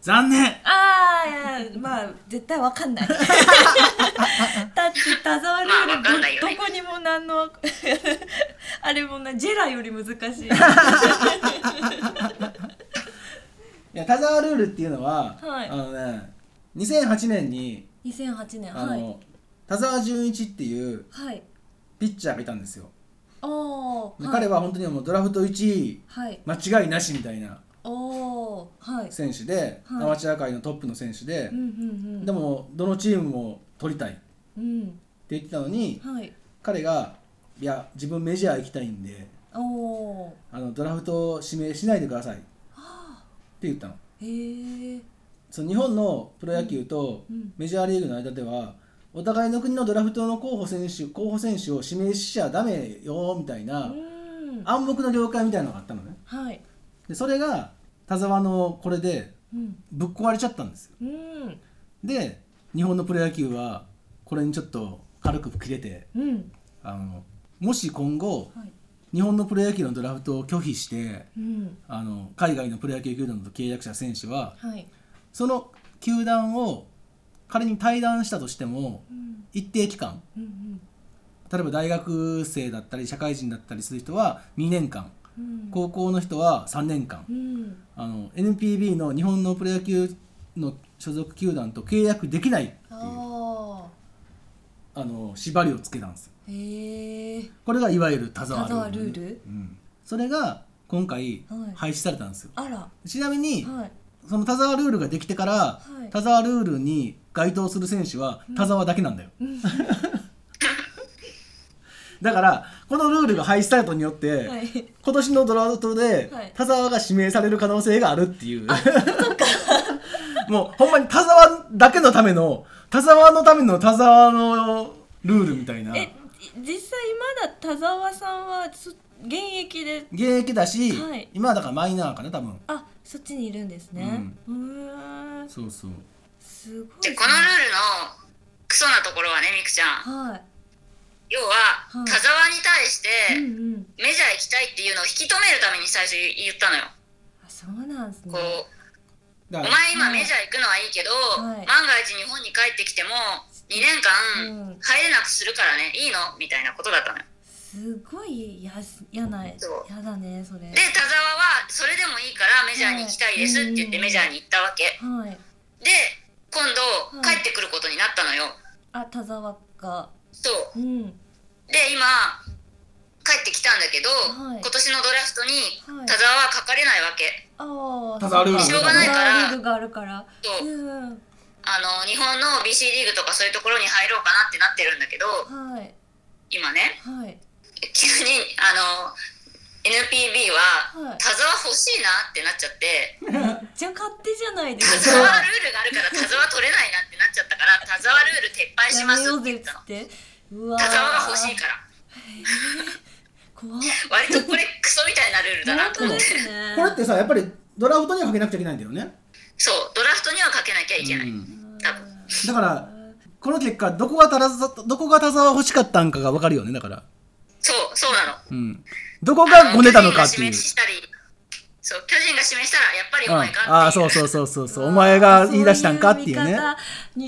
A: 残念
E: ああいやまあ絶対わか
A: (laughs)
E: んないだって田沢ルー
C: まあ
E: ル
C: わ
E: ど,、
C: かんないよね
E: どこにも何の (laughs) あれもなジェラより難
A: (laughs)
E: しい
A: いや田沢ルールっていうのは、
E: はい
A: あのね2008年に
E: 2008年
A: あ
E: はい
A: の、田沢純一っていう
E: はい
A: ピッチャーがいたんですよ、
E: おー
A: で
E: はい
A: 彼は本当にもうドラフト1位
E: はい
A: 間違いなしみたいな
E: おーはい
A: 選手で、
E: はい
A: アマチュア界のトップの選手で
E: うんう、ん
A: でもどのチームも取りたいって
E: うん
A: 言ってたのに
E: うんはい
A: 彼が「いや自分メジャー行きたいんで
E: おー
A: あのドラフト指名しないでください」って言ったの
E: へえ
A: その日本のプロ野球と
E: うん
A: メジャーリーグの間ではお互いの国のドラフトの候補選手候補選手を指名しちゃダメよみたいうな
E: ーん
A: 暗黙の了解みたいなのがあったのね
E: はい
A: でそれが田沢のこれで
E: うん
A: ぶっ壊れちゃったんですよ
E: うん
A: で日本のプロ野球はこれにちょっと軽く切れて
E: うん
A: あのもし今後
E: はい
A: 日本のプロ野球のドラフトを拒否して
E: うん
A: あの海外のプロ野球球団と契約した選手は
E: はい
A: その球団を仮に退団したとしても
E: うん
A: 一定期間
E: うんうん
A: 例えば大学生だったり社会人だったりする人は2年間
E: うん
A: 高校の人は3年間
E: うん
A: あの NPB の日本のプロ野球の所属球団と契約できないっていう
E: あ
A: あの縛りをつけたんですよ
E: あへえ
A: これがいわゆる田沢
E: 田
A: ルール
E: 沢ルール
A: うん、それが今回
E: はい
A: 廃止されたんですよ、
E: あら
A: ちなみに、
E: はい
A: その田沢ルールができてから、
E: い
A: 田沢ルールに該当する選手は田沢だけなんだよ、 (laughs) だからこのルールが廃止されたことによって、
E: はい
A: 今年のドラフトで、
E: はい
A: 田沢が指名される可能性があるっていう (laughs) もうほんまに田沢だけのための田沢のための田沢のルールみたいな
E: え実際まだ田沢さんはそ現役で
A: 現役だし、
E: はい
A: 今はだからマイナーかな多分
E: あそっちにいるんですねうーん
A: そうそう
E: すごいで
C: で
E: すね
C: このルールのクソなところはねミクちゃん
E: はい
C: 要は
E: はい
C: 田沢に対して
E: うんうん
C: メジャー行きたいっていうのを引き止めるために最初言言ったのよ
E: あそうなんですね
C: こう
A: だ
C: お
A: から
C: 前今
E: はい
C: メジャー行くのはいいけど、
E: はい
C: 万が一日本に帰ってきても2年
E: うん
C: 間入れなくするからねいいのみたいなことだったのよ
E: すごいやすやなや
C: そう
E: だねそれ
C: で田沢はそれでもいいからメジャーに行きたいですって言って
E: はい
C: メジャーに行ったわけ
E: はい
C: で今度
E: はい
C: 帰ってくることになったのよ
E: あ田沢が
C: そう
E: うん
C: で今帰ってきたんだけど、
E: はい
C: 今年のドラフトに
E: はい
C: 田沢は書かれないわけ
E: ああ
A: 田沢ルール
C: しょうがないから
E: ルールがあるから
C: そう
E: うん
C: あの日本の BC リーグとかそういうところに入ろうかなってなってるんだけど
E: はい
C: 今ね
E: はい
C: 急にあの NPB
E: は
C: はい田沢欲しいなってなっちゃって
E: めっちゃ勝手じゃないで
C: 田
E: す
C: 沢
E: か
C: ルールがあるから田沢取れないなってなっちゃったから田沢ルール撤廃し
E: や
C: ま
E: め
C: す
E: よ
C: っ
E: うぜっ
C: て言っ
E: つ
C: たの
E: ってうわー
C: 田沢が欲しいから
E: 怖っ
C: 割とこれクソみたいなルールだな
E: 本
C: と
E: 当
C: 思
E: で
C: って
E: すね
A: これってさやっぱりドラフトにはかけなくちゃいけないんだよね、
C: そうドラフトにはかけなきゃいけない、
A: うん
C: 多分
A: だからこの結果どこが田沢どこが田沢欲しかったんかが分かるよねだから、
C: そうそうなの
A: うん、どこがごねたのかってい
C: あの巨人が指
A: う
C: 名したりそう巨人が指名したらやっぱり
A: うん
C: お前かっていう
A: ああそうそうそうそうそうお前が言い出したんかっていうね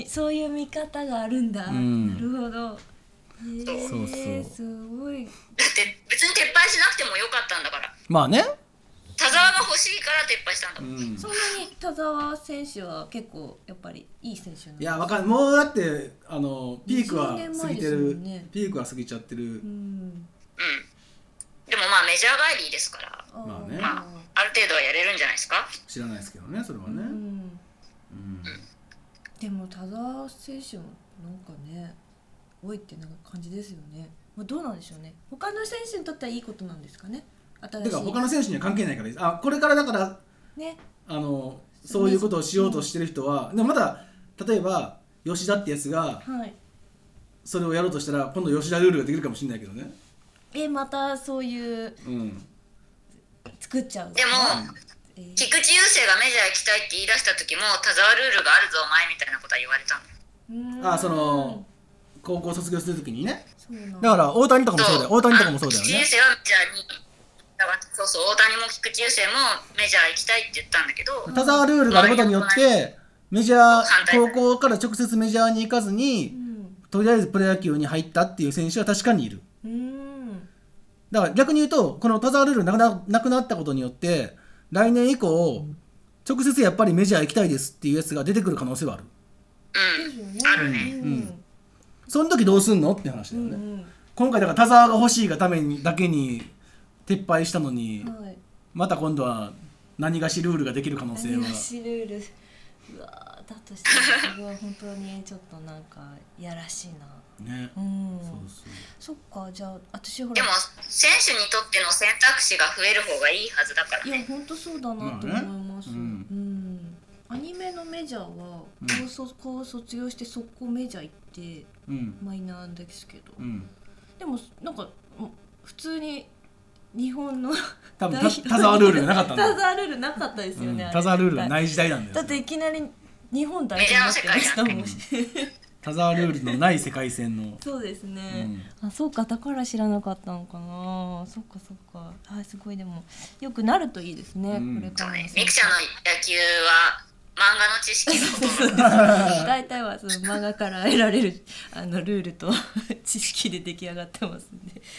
E: そういう見方にそういう見方があるんだ、
A: うん
E: なるほどへえ
A: そうそう
E: すごい
C: だって別に撤廃しなくてもよかったんだから
A: まあね、
C: 田沢が欲しいから撤廃したんだ
A: う
C: もん、
A: ん、
E: そんなに田沢選手は結構やっぱりいい選手なん
A: い
E: です
A: やわかんもうだってあのピークは
E: 20年
A: 過
E: 前
A: ぎ
E: で
A: て
E: す
A: る、
E: もんね
A: ピークは過ぎちゃってる
E: うん
C: うんでもまあメジャー帰りですから
E: あー
A: まあね
C: まあある程度はやれるんじゃないですか
A: 知らないですけどねそれはね、
E: うん
A: うん
E: でも田沢選手もなんかね多いってなんか感じですよね、まあ、どうなんでしょうね他の選手にとってはいいことなんですかね新しい
A: だから他の選手には関係ないからいいですあこれからだから
E: ね
A: あのそういうことをしようとしてる人は、でもまだ例えば吉田ってやつが
E: はい
A: それをやろうとしたら今度吉田ルールができるかもしれないけどね
E: でまたそういう
A: うん
E: 作っちゃうの
C: でも、
E: えー
C: 菊池雄星がメジャー行きたいって言い出した時も田沢ルールがあるぞお前みたいなことは言われたの
E: うーん
A: あその高校卒業するときにね
E: そうなん
A: だから大谷とかもそうだよ大谷とかもそうだよ
C: 菊池雄
A: ね
C: 星はメジャーにだからそうそう大谷も菊池雄星もメジャー行きたいって言ったんだけど
A: 田沢ルールがあることによってメジャー高校から直接メジャーに行かず
E: う
A: に
E: ん
A: とりあえずプロ野球に入ったっていう選手は確かにいる
E: うーん
A: だから逆に言うとこの田沢ルールなくななくなったことによって来年以降直接やっぱりメジャー行きたいですっていうやつが出てくる可能性はある
C: うん
E: ですよね
C: あるね
E: うん
A: その時どうすんのって話だよね、
E: うん
A: 今回だから田沢が欲しいがためにだけに撤廃したのに、
E: うんはい
A: また今度は何がしルールができる可能性
E: 何
A: は
E: がしルールうわーだとしたらすごい本当にちょっとなんかやらしいな
A: ね、
E: うん
A: そう
E: そっかじゃあ私ほら
C: でも選手にとっての選択肢が増える方がいいはずだから
E: い
C: ね
E: や本当そうだなと思います、
A: まあねうん
E: うんアニメのメジャーは
A: うん
E: 高卒,、高卒卒業して速攻メジャー行って
A: そううん
E: マイナーですけど、
A: うん
E: でもなんかうん普通に日本の
A: 多分
E: 代
A: た
E: 表
A: 田沢ルールがなかったんだ
E: タ
A: よ
E: ザールールなかったですよね、あ
A: うん
E: れ
A: 田沢ルールがない時代なんだよ
E: だっていきなり日本代表になってましたもん、
A: メジャーの田沢ルールのない世界線の、
E: そうです
A: う
E: ね、
A: ん、
E: あそうかだから知らなかったのかなそっかそっかあすごいでもよくなるといいですね、
A: うん
E: これか
C: そう
E: ら
C: ねミクちゃんの野球は漫画の知識がほとん
E: (laughs)
C: ど
E: 大体はその漫画から得られる (laughs) あのルールと知識で出来上がってますんで。 (laughs)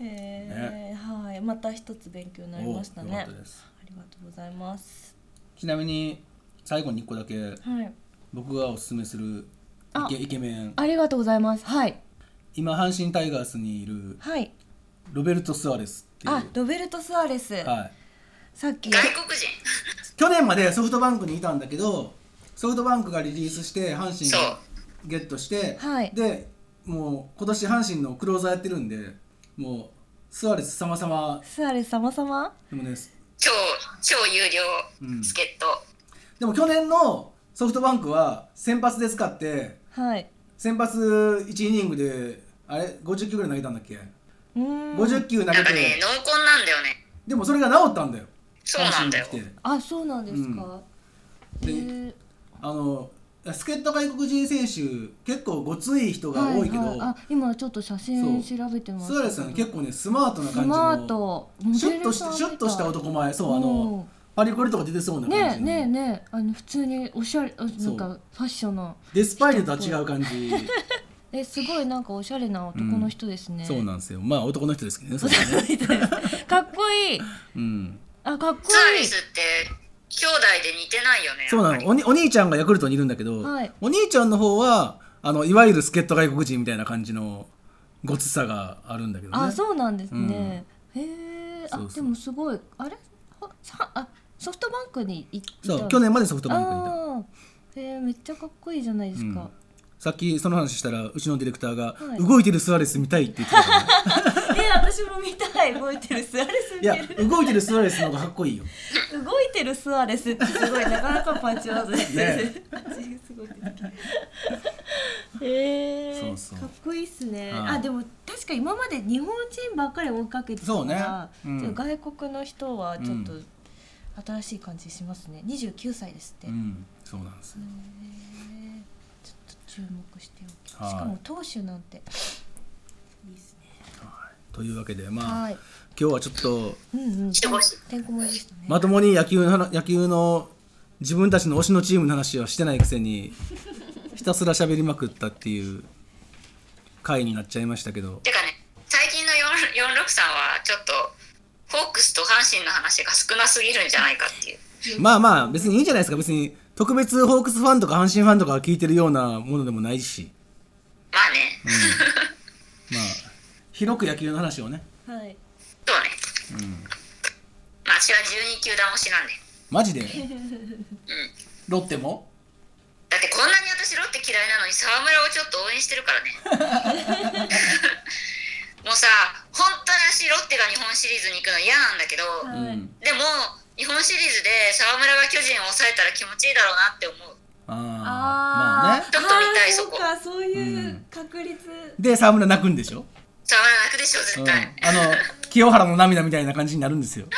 E: えーはいまた一つ勉強になりました
A: およ
E: ね
A: かったです
E: ありがとうございます
A: ちなみに最後に1個だけ
E: はい
A: 僕がおすすめするイケイケメン
E: ありがとうございますはい
A: 今阪神タイガースにいる
E: はい
A: ロベルト・スアレスっていう、
E: あロベルト・スアレス、
A: はい、
E: さっき
C: 外国人
A: 去年までソフトバンクにいたんだけどソフトバンクがリリースして阪神
C: そう
A: がゲットして、
E: はい
A: でもう今年阪神のクローザーやってるんでもうスアレス様々
E: スアレス様様
A: でもね
C: 超超有料
A: うん
C: 助っ人、
A: でも去年のソフトバンクは先発で使って
E: はい
A: 先発1イニングであれ50球ぐらい投げたんだっけ、
E: うーん
A: 50球
C: な
A: 投げ
C: ん
A: て
C: かね濃厚なんだよね
A: でもそれが治ったんだよ
C: そうなんだよ
A: 阪神に来て
E: あそうなんですか、
A: うんで
E: へー
A: あの助っ人外国人選手結構ごつい人が多いけど、
E: ははあ今ちょっと写真
A: そ
E: 調
A: う
E: べてます
A: スアレスさん結構ねスマートな
E: ス
A: 感じ
E: マー
A: の
E: ト
A: シュッとし
E: モデル
A: シ
E: さ
A: ュ
E: ん
A: ッ
E: みたい
A: とした男前そうあのパリコレとか出てそうな
E: うんね
A: 感
E: え
A: じの
E: ねえねえあの普通におしゃれあな
A: そうん
E: かファッションの
A: デスパイネとは違う感
E: (laughs)
A: じ
E: えすごいなんかおしゃれな男の人ですね、
A: そうなんですよまあ男の人ですけどねそれはね、
E: かっこいい
A: うん、
E: あかっこ
C: サー
E: い
C: ビ
E: い
C: スって兄弟で似てないよね
A: そうな
C: やっぱり
A: のおにお兄ちゃんがヤクルトにいるんだけど、
E: はい
A: お兄ちゃんの方はあのいわゆる助っ人外国人みたいな感じのごつさがあるんだけどね
E: あそうなんですね、へえあ
A: そうそう
E: でもすごいあれはさあソフトバンクに行った
A: そう去年までソフトバンクにいた
E: あーへえめっちゃかっこいいじゃないですか、
A: さっきその話したらうちのディレクターが「
E: はい
A: 動いてるスアレス見たい」って言ってた
E: (laughs)
A: から、ね、
E: え私も見たい動いてるスアレス見
A: い
E: て
A: や
E: る
A: 動いてるスアレスの方がかっこいいよ
E: 動いてるスアレスってすごいなかなかパンチワードです
A: ね
E: ね。パンチすごい出てきたへ (laughs) え
A: そうそう
E: かっこいいっすね。
A: はい
E: あでも確か今まで日本人ばっかり追いかけてたから
A: そうねうん
E: ちょっと外国の人はちょっと
A: う
E: 新しい感じしますね。二十九歳ですって。
A: う
E: へ
A: んそうなんですよ
E: えちょっと注目しておき。し
A: はい
E: かも投手なんていいですね。
A: というわけでまあ、
E: はい。
A: 今日はちょっと
E: うんうん。
C: 人越して
E: んこ盛りでしたね。
A: まともに野球の話野球の自分たちの推しのチームの話はしてないくせに
E: (laughs)
A: ひたすら喋りまくったっていう回になっちゃいましたけど
C: てかね最近の4 46さんはちょっとホークスと阪神の話が少なすぎるんじゃないかっていう
A: まあまあ別にいいんじゃないですか別に特別ホークスファンとか阪神ファンとかが聞いてるようなものでもないし
C: まあね、
A: まあ広く野球の話をね
E: はい。
C: そうね、まあ私は12球団推しなんで
A: マジでロッテも
C: だってこんなに私ロッテ嫌いなのに沢 (laughs) 村をちょっと応援してるからねもうさ本当に私ロッテが日本シリーズに行くの嫌なんだけど、
D: はい
A: うん、
C: でも日本シリーズで沢村が巨人を抑えたら気持ちいいだろうなって思う
A: ああまあ
E: あ
A: ね
E: ー
C: ちょっと見たい
E: あー
C: そこ
E: うかそういうんう確率、
A: で沢村泣くんでしょ、
C: 沢村泣くでしょ
A: う
C: 絶
A: ん、あ
C: 対、
A: の清原の涙みたいな感じになるんですよ
C: も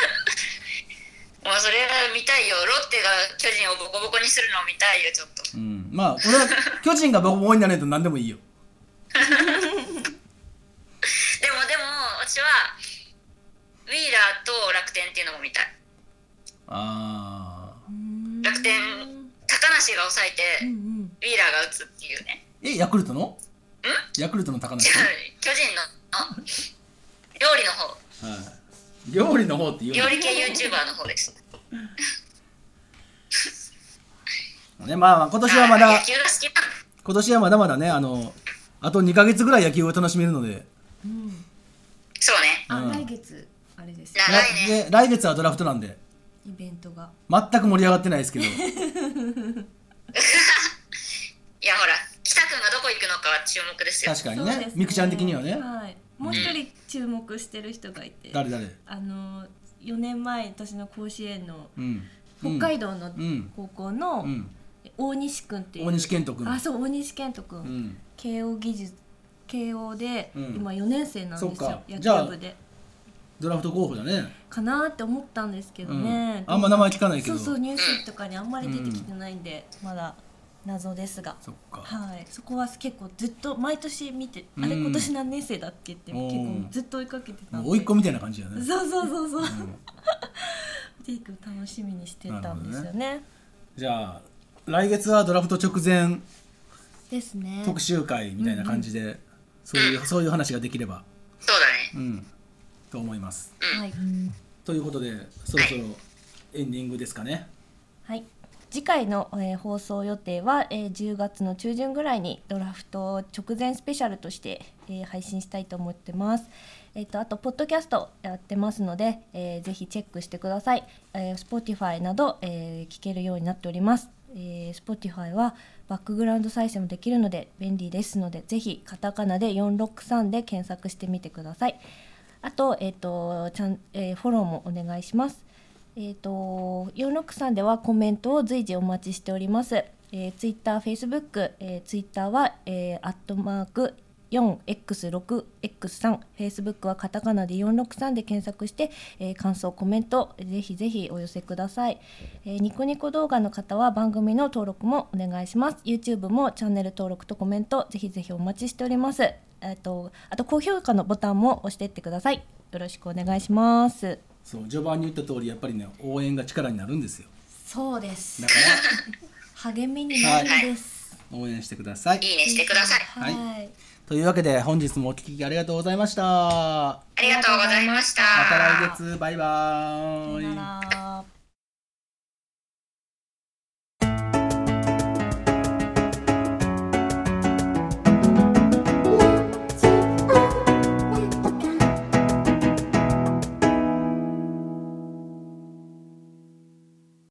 C: うそれは見たいよロッテが巨人をボコボコにするのを見たいよちょっと
A: うん、まあ俺は巨人がボコボコになれると何でもいいよ。
C: でもでも私はウィーラーと楽天っていうのも見たい
A: ああ。
C: 楽天高梨が抑えて、ウィーラーが打つっていうね (laughs)
A: えヤクルトの？ヤクルトの高梨
C: 違。う巨人のの料理の方
A: はい。料理の方って言う
C: 料理系 YouTuber の方です
A: のね。まあまあ今年はまだ
C: 野球が好きなんだ
A: 今年はまだまだねあのあと2ヶ月ぐらい野球を楽しめるので。
C: そうね
A: うん
D: あ来月あれですよ
C: 長いね
A: で来月はドラフトなんで
D: イベントが
A: 全く盛り上がってないですけど。
C: いやほら北くんがどこ行くのかは注目ですよ
A: 確か
E: そう
A: に
E: です
A: ね。みくちゃん的にはね。
E: はい、もう一人注目してる人がいて、
A: 誰誰。
E: あの4年前私の甲子園の
A: うん。
E: 北海
A: 道。
E: 道の
A: うん
E: 高校の
A: うん。
E: 大西君っていう、
A: 大西健人君。
E: あそう大西健人君、
A: うん。
E: 慶応技術慶応で、
A: うん
E: 今4年生なんです
A: そっか
E: よ野
A: じゃあ
E: 球部で
A: ドラフト候補だね。
E: かなーって思ったんですけどね、
A: うんあんま名前聞かないけ
E: そ
A: ど。
E: うそうニュースとかにあんまり出てきてないんで、まだ謎ですが
A: そっか。
E: はい、そこは結構ずっと毎年見て、
A: うん
E: あれ今年何年生だっけって
A: お
E: 結
A: ー
E: 構ずっと追いかけてたん
A: も
E: で
A: う甥っ子みたいな感じだね。
E: そうそうそうそう、
A: うん
E: ジェイ君楽しみにしてたんですよね
A: じゃあ来月はドラフト直前
E: ですね
A: 特集会みたいな感じで、そういうそういう話ができれば、
C: そうだね
A: うん、と思います。
E: はい、
A: ということでそろそろエンディングですかね。
E: はい、次回の、えー放送予定は、えー10月の中旬ぐらいにドラフト直前スペシャルとして、えー配信したいと思ってます。えっとあとポッドキャストやってますので、えーぜひチェックしてください。えー Spotify など、えー聞けるようになっております。えー Spotify はバックグラウンド再生もできるので便利ですのでぜひカタカナで463で検索してみてください。あと,、えっとちゃんえーフォローもお願いします。えー、と463ではコメントを随時お待ちしております。えー、Twitter、Facebook、えー、Twitter は、えー、アットマーク 4x6x3 Facebook はカタカナで463で検索して、えー感想コメントぜひぜひお寄せください、えーニコニコ動画の方は番組の登録もお願いします YouTube もチャンネル登録とコメントぜひぜひお待ちしておりますえっとあと高評価のボタンも押してってくださいよろしくお願いします
A: そう序盤に言った通りやっぱりね応援が力になるんですよ。
E: そうです
A: だか
E: 励みになるんです。
A: ら応援してくだ
E: (laughs)
A: さい。
C: いいねしてください
A: はい
E: はい。
A: というわけで本日もお聞きありがとうございました。ま
C: ありがとうございました
A: た来月バイバーイ。
E: さよなら